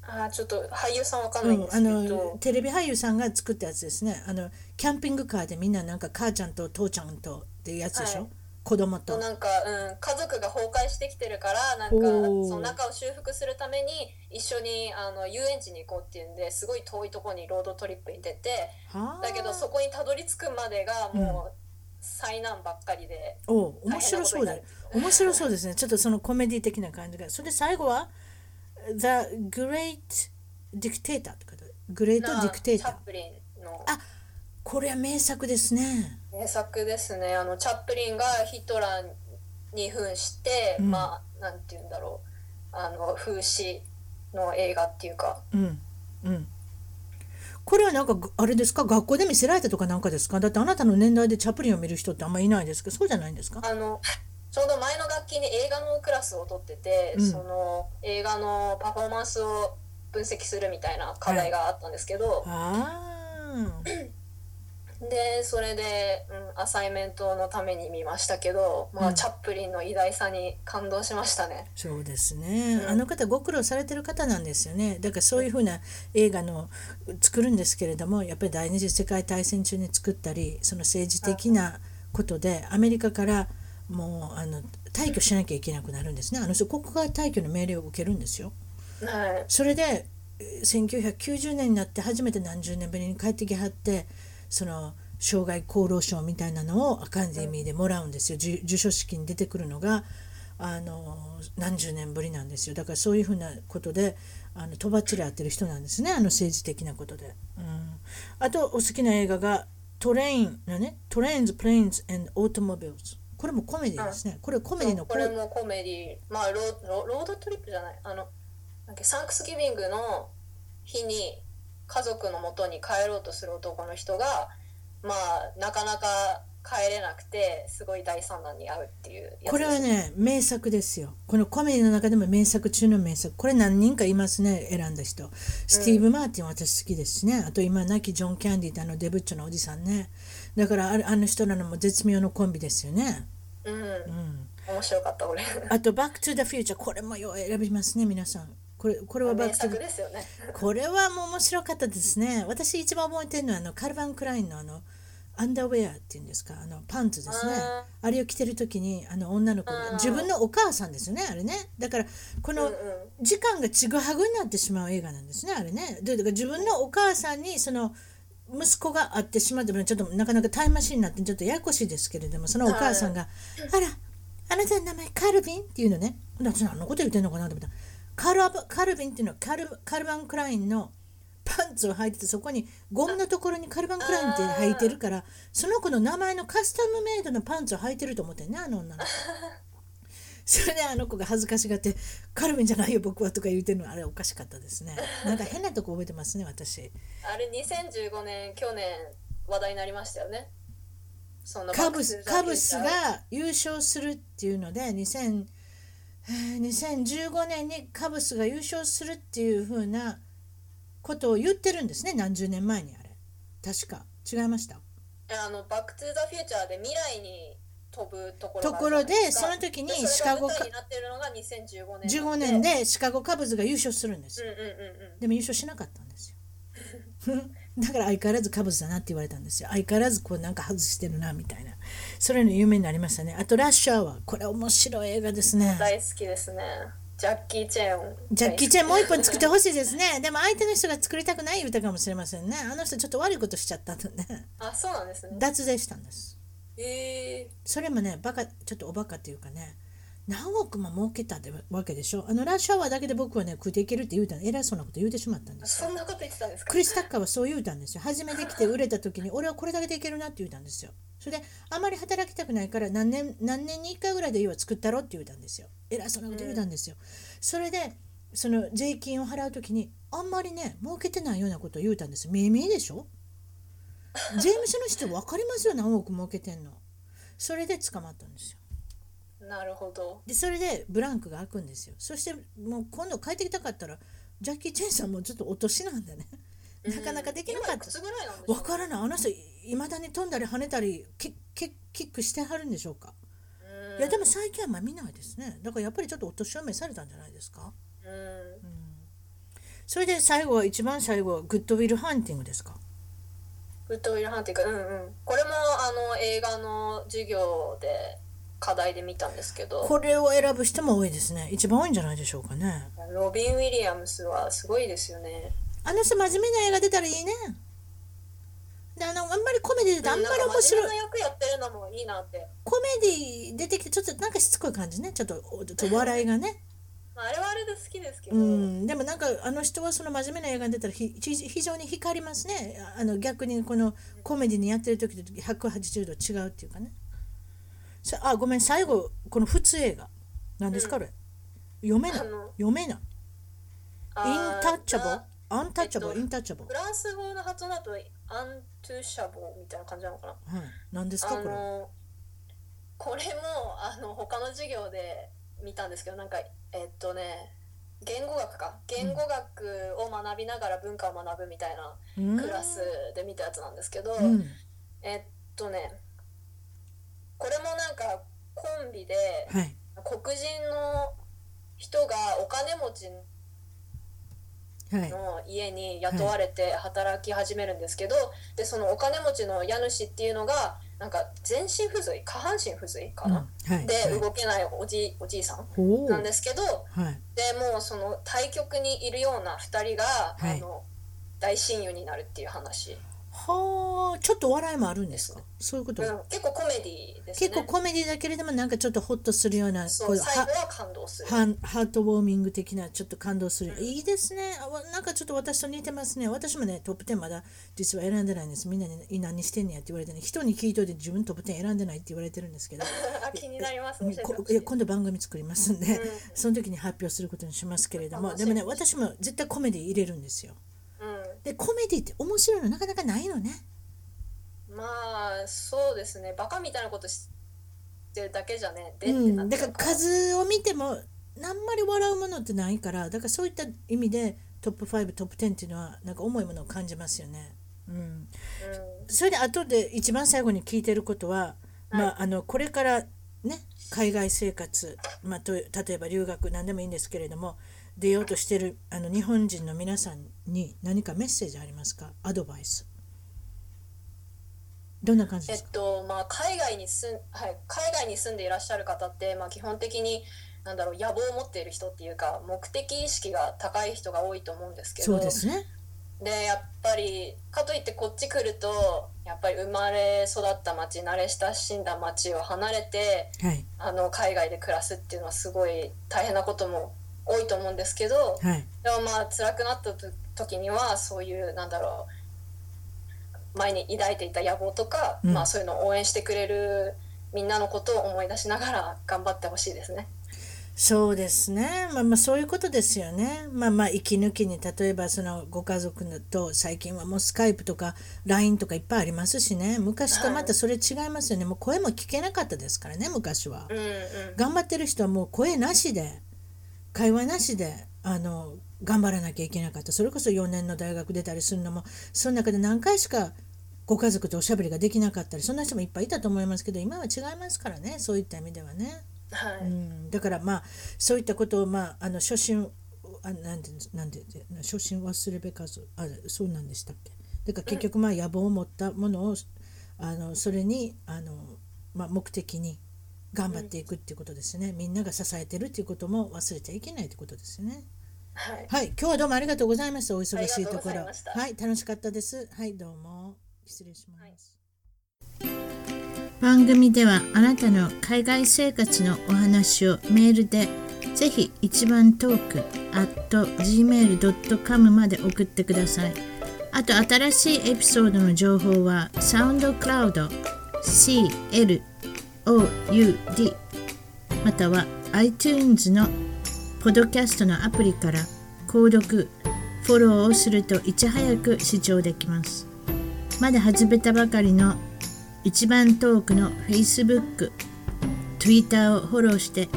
S2: あーちょっと俳優さんわかん
S1: う
S2: ないんで
S1: ん、
S2: す
S1: あ
S2: けど、
S1: のテレビ俳優さんが作ったやつですねあのキャンピングカーでみんななんか母ちゃんと父ちゃんとっていうやつでしょ、
S2: はい
S1: 子供と
S2: となんか、うん、家族が崩壊してきてるからなんか
S1: おー
S2: その仲を修復するために一緒にあの遊園地に行こうっていうんですごい遠いとこにロードトリップに出て
S1: はあ
S2: だけどそこにたどり着くまでがもう災難ばっかりで、
S1: おう面白そうだ
S2: 大変なことにな
S1: 面白そうですねちょっとそのコメディ的な感じがそれで最後は「The Great Dictator」ってことグレート
S2: な
S1: ディクテー
S2: チ
S1: タ
S2: ャ
S1: ー
S2: ップリンの
S1: あこれは名作ですね
S2: 名作ですねあのチャップリンがヒトラーに扮して、
S1: うん
S2: まあなんて言うんだろうあの風刺の映画っていうか
S1: うんうんこれはなんかあれですか学校で見せられたとかなんかですかだってあなたの年代でチャップリンを見る人ってあんまりいないですけどそうじゃないんですか
S2: あのちょうど前の楽器に映画のクラスを取ってて、
S1: うん
S2: その映画のパフォーマンスを分析するみたいな課題があったんですけど、
S1: あー
S2: でそれで、うん、アサイメントのために見ましたけど、まあ
S1: うん
S2: チャップリンの偉大さに感動しましたね。
S1: そうですね、
S2: うん
S1: あの方ご苦労されてる方なんですよねだからそういうふうな映画の作るんですけれどもやっぱり第二次世界大戦中に作ったりその政治的なことでアメリカからもうあの退去しなきゃいけなくなるんですねあの人国外退去の命令を受けるんですよ。
S2: はい、
S1: それでえー1990年になって初めて何十年ぶりに帰ってきはってその生涯功労賞みたいなのをアカデミーでもらうんですよ、授授賞式に出てくるのがあの何十年ぶりなんですよだからそういうふうなことであのとばっちり合ってる人なんですねあの政治的なことで。うん、あとお好きな映画が「トレイン」のね「トレインズ・プレインズ・オートモビルズ」これもコメディですね、これコメディの
S2: これもコメディまあローロロードトリップじゃないあのなんかサンクスギビングの日に家族のもとに帰ろうとする男の人がまあなかなか帰れなくてすごい大惨難に遭うっていうやつです
S1: これはね名作ですよこのコメディの中でも名作中の名作これ何人かいますね選んだ人スティーブ・マーティン私好きですしねあと今亡きジョン・キャンディってあのデブッチョのおじさんねだからあれあの人らのも絶妙のコンビですよね
S2: うん
S1: うん
S2: 面白かったこれ
S1: あと「バック・トゥ・ザ・フューチャー」これもよう選びますね皆さんこれこれはバッ
S2: 名
S1: ク・トゥ・
S2: 作ですよね
S1: これはもう面白かったですね。私一番覚えてるのはあのカルバン・クラインのあのアンダーウェアっていうんですかあのパンツですね
S2: あ
S1: あれを着てる時にあの女の子が
S2: うん
S1: 自分のお母さんですよねあれねだからこ
S2: うんう
S1: の
S2: ん
S1: 時間がちぐはぐになってしまう映画なんですねあれねでだから自分のお母さんにその息子が会ってしまってちょっとなかなかタイムマシンになってちょっとややこしいですけれどもそのお母さんが「あらあなたの名前カルビン?」っていうのね私あのこと言ってんのかなと思ったらカルアバカルビンっていうのはカルカルバン・クラインのパンツを履いててそこにゴムのところにカルバン・クラインって履いてるからその子の名前のカスタムメイドのパンツを履いてると思ってんねあの女の子。それであの子が恥ずかしがって「カルビンじゃないよ僕は」とか言うてるのあれおかしかったですねなんか変なとこ覚えてますね私
S2: あれ2015年去年話題になりましたよねその
S1: カブスカブス
S2: バック
S1: が優勝するっていうので2000えー2015年にカブスが優勝するっていう風なことを言ってるんですね何十年前にあれ確か違いました
S2: トゥザフューチャーあのバックトゥザフューチャーで未来に飛ぶところ
S1: と
S2: があ
S1: こ
S2: るじゃ
S1: ろ
S2: ない
S1: ですそ
S2: か
S1: の時に
S2: で
S1: シ
S2: それ
S1: カ
S2: が
S1: ゴ
S2: 舞
S1: か
S2: 台になってるのが2015年
S1: 15年でシカゴカブスが優勝するんです
S2: うんうんうんうん
S1: でも優勝しなかったんですよ。 だから相変わらずカブスだなって言われたんですよ。相変わらずこうなんか外してるなみたいな。それの有名になりましたね。あとラッシュアワー。これ面白い映画ですね。
S2: 大好きですねジャッキー・チェーン
S1: ジャッキー・チェンもう一本作ってほしいですね。でも相手の人が作りたくない言うたかもしれませんね。あの人ちょっと悪いことしちゃったんでね。
S2: あそうなんですね
S1: 脱税したんです。
S2: え
S1: それもね、バカ、ちょっとおバカっていうかね。何億も儲けたってわけでしょ。あのラッシュアワーだけで僕はね、食っていけるって言うたら偉そうなこと言うてしまったんで
S2: ー、
S1: す。
S2: そんなこと言ってたんですか
S1: クリス・タッカーはそう言うたんですよ。初めて来て売れた時に俺はこれだけでいけるなって言うたんですよ。それであまり働きたくないから何年何年に1回ぐらいでいいわ作ったろって言うたんですよ。偉そうなこと言うたんですよ。それでその税金を払う時に「あんまりね儲けてないようなことを言うたんです耳でしょ税務署の人分かりますよ何億儲けてんのそれで捕まったんですよ
S2: なるほど。
S1: でそれでブランクが開くんですよそしてもう今度帰ってきたかったらジャッキー・チェンさんもちょっとお年なんだねなかなかできなか
S2: 今い
S1: っ
S2: く
S1: た
S2: つぐらいなんでしょう
S1: わからないあの人いまだに飛んだり跳ねたりキッキッキックしてはるんでしょうか
S2: うん
S1: いやでも最近はまあ見ないですねだからやっぱりちょっとお年を召されたんじゃないですか
S2: うん
S1: それで最後は一番最後はグッドウィルハンティングですか
S2: グッドウィルハンティング、うんうん、これもあの映画の授業で課題で見たんですけど
S1: これを選ぶ人も多いですね一番多いんじゃないでしょうかね
S2: ロビン・ウィリアムスはすごいですよね
S1: あの人真面目な映画出たらいいねであのあんまりコメディ出てあんまり面白い
S2: なんか真面目な役やってるのもいいなって、
S1: コメディ出てきてちょっとなんかしつこい感じねちょっとおちょっと笑いがね
S2: まあ、あれはあれで好きですけど、
S1: うんでもなんかあの人はその真面目な映画に出たらひ非非常に光りますねああの逆にこのコメディにやってる時と180度違うっていうかねさあごめん最後この普通映画何ですかこれ、読めない
S2: あの
S1: 読めないイン
S2: あー
S1: タッチャボ
S2: な
S1: アンタッチャボ、
S2: えっと
S1: インタッチャボ
S2: フランス語の発音だとアントゥシャボみたいな感じなのかな
S1: はい何ですか
S2: あ
S1: これ
S2: のこれもあの他の授業で見たんですけどなんかえっとね言語学か言語学を学びながら文化を学ぶみたいな
S1: うん
S2: クラスで見たやつなんですけど、
S1: うん
S2: えっとねこれもなんかコンビで
S1: はい
S2: 黒人の人がお金持ち
S1: はい
S2: の家に雇われて働き始めるんですけど、でそのお金持ちの家主っていうのがなんか全身不随下半身不随か
S1: うん
S2: な、
S1: はい
S2: で
S1: はい
S2: 動けないおじおじいさん
S1: ほう
S2: なんですけど
S1: はい
S2: でもうその対局にいるような2人が、
S1: はい
S2: あの大親友になるっていう話、
S1: はあちょっと笑いもあるんですかそういうこ
S2: う
S1: と、
S2: ん、結構コメディですね
S1: 結構コメディだけれどもなんかちょっとホッとするような
S2: そ
S1: こ
S2: う
S1: う
S2: 最
S1: は
S2: 後は感動する
S1: ハンハートウォーミング的なちょっと感動する、
S2: うん
S1: いいですねあわなんかちょっと私と似てますね私もねトップ10まだ実は選んでないんですみんなに何してんねやって言われてね人に聞いといて自分トップ10選んでないって言われてるんですけど
S2: あ気になります
S1: う
S2: 教
S1: ん
S2: えて
S1: こ
S2: ほし
S1: い
S2: い
S1: や今度番組作りますんで、
S2: うん
S1: その時に発表することにしますけれども
S2: 楽
S1: で
S2: し
S1: も
S2: み
S1: ね私も絶対コメディ入れるんですよ
S2: う
S1: でコメディって面白いのなかなかないのね
S2: ん、まあそうですねバカみたいなことしてるだけじゃねで
S1: う
S2: ってなっ
S1: ん、
S2: ち
S1: だ
S2: ゃ
S1: か
S2: う
S1: ら数を見てもあんまり笑うものってないからだからそういった意味でトップ5トップ10っていうのはなんか重いものを感じますよね。うん、
S2: うん
S1: それで後で一番最後に聞いてることは、まあ、あのこれからね海外生活、まあ、と例えば留学何でもいいんですけれども出ようとしてるあの日本人の皆さんに何かメッセージありますかアドバイス。どんな感じで
S2: えっ
S1: すか、
S2: とまあ、海外に住ん、はい、海外に住んでいらっしゃる方って、まあ、基本的になんだろう野望を持っている人っていうか目的意識が高い人が多いと思うんですけ
S1: そ
S2: ど
S1: うですね。
S2: でやっぱりかといってこっち来るとやっぱり生まれ育った町慣れ親しんだ町を離れて
S1: はい、
S2: あの海外で暮らすっていうのはすごい大変なことも多いと思うんですけど
S1: はい、
S2: でもまあ辛くなったと時にはそういうなんだろう前に抱いていた野望とか、
S1: うん
S2: まあそういうのを応援してくれるみんなのことを思い出しながら頑張ってほしいですね。
S1: そうですね、まあ、まあそういうことですよね、まあ、まあ息抜きに例えばそのご家族のと最近はもうスカイプとか LINE とかいっぱいありますしね昔とまたそれ違いますよねもう声も聞けなかったですからね昔は
S2: うんうん、
S1: 頑張ってる人はもう声なしで会話なしであの頑張らなきゃいけなかったそれこそ4年の大学出たりするのもその中で何回しかご家族とおしゃべりができなかったりそんな人もいっぱいいたと思いますけど今は違いますからねそういった意味ではね。
S2: はい、
S1: うん、だからまあそういったことをまああの初心あなんてなんて初心忘れべかずあそうなんでしたっけだから結局まあ野望を持ったものをあのそれにあの、まあ、目的に頑張っていくっていうことですね、みんなが支えてるっていうことも忘れちゃいけないってことですよね
S2: はい、
S1: はい今日はどうもありがとうございましたお忙しいと
S2: ありがとうご
S1: こ
S2: ざ
S1: ろ
S2: いました
S1: はい楽しかったですはいどうも失礼します、
S2: はい
S1: 番組ではあなたの海外生活のお話をメールでぜひ一番トーク at gmail.com まで送ってくださいあと新しいエピソードの情報はサウンドクラウド CLOUD または iTunes のポッドキャストのアプリから購読フフォローをするといち早く視聴できますまだ始めたばかりの一番遠くの Facebook、Twitter をフォローして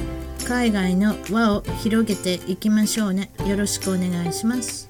S1: 海外の輪を広げていきましょうねよろしくお願いします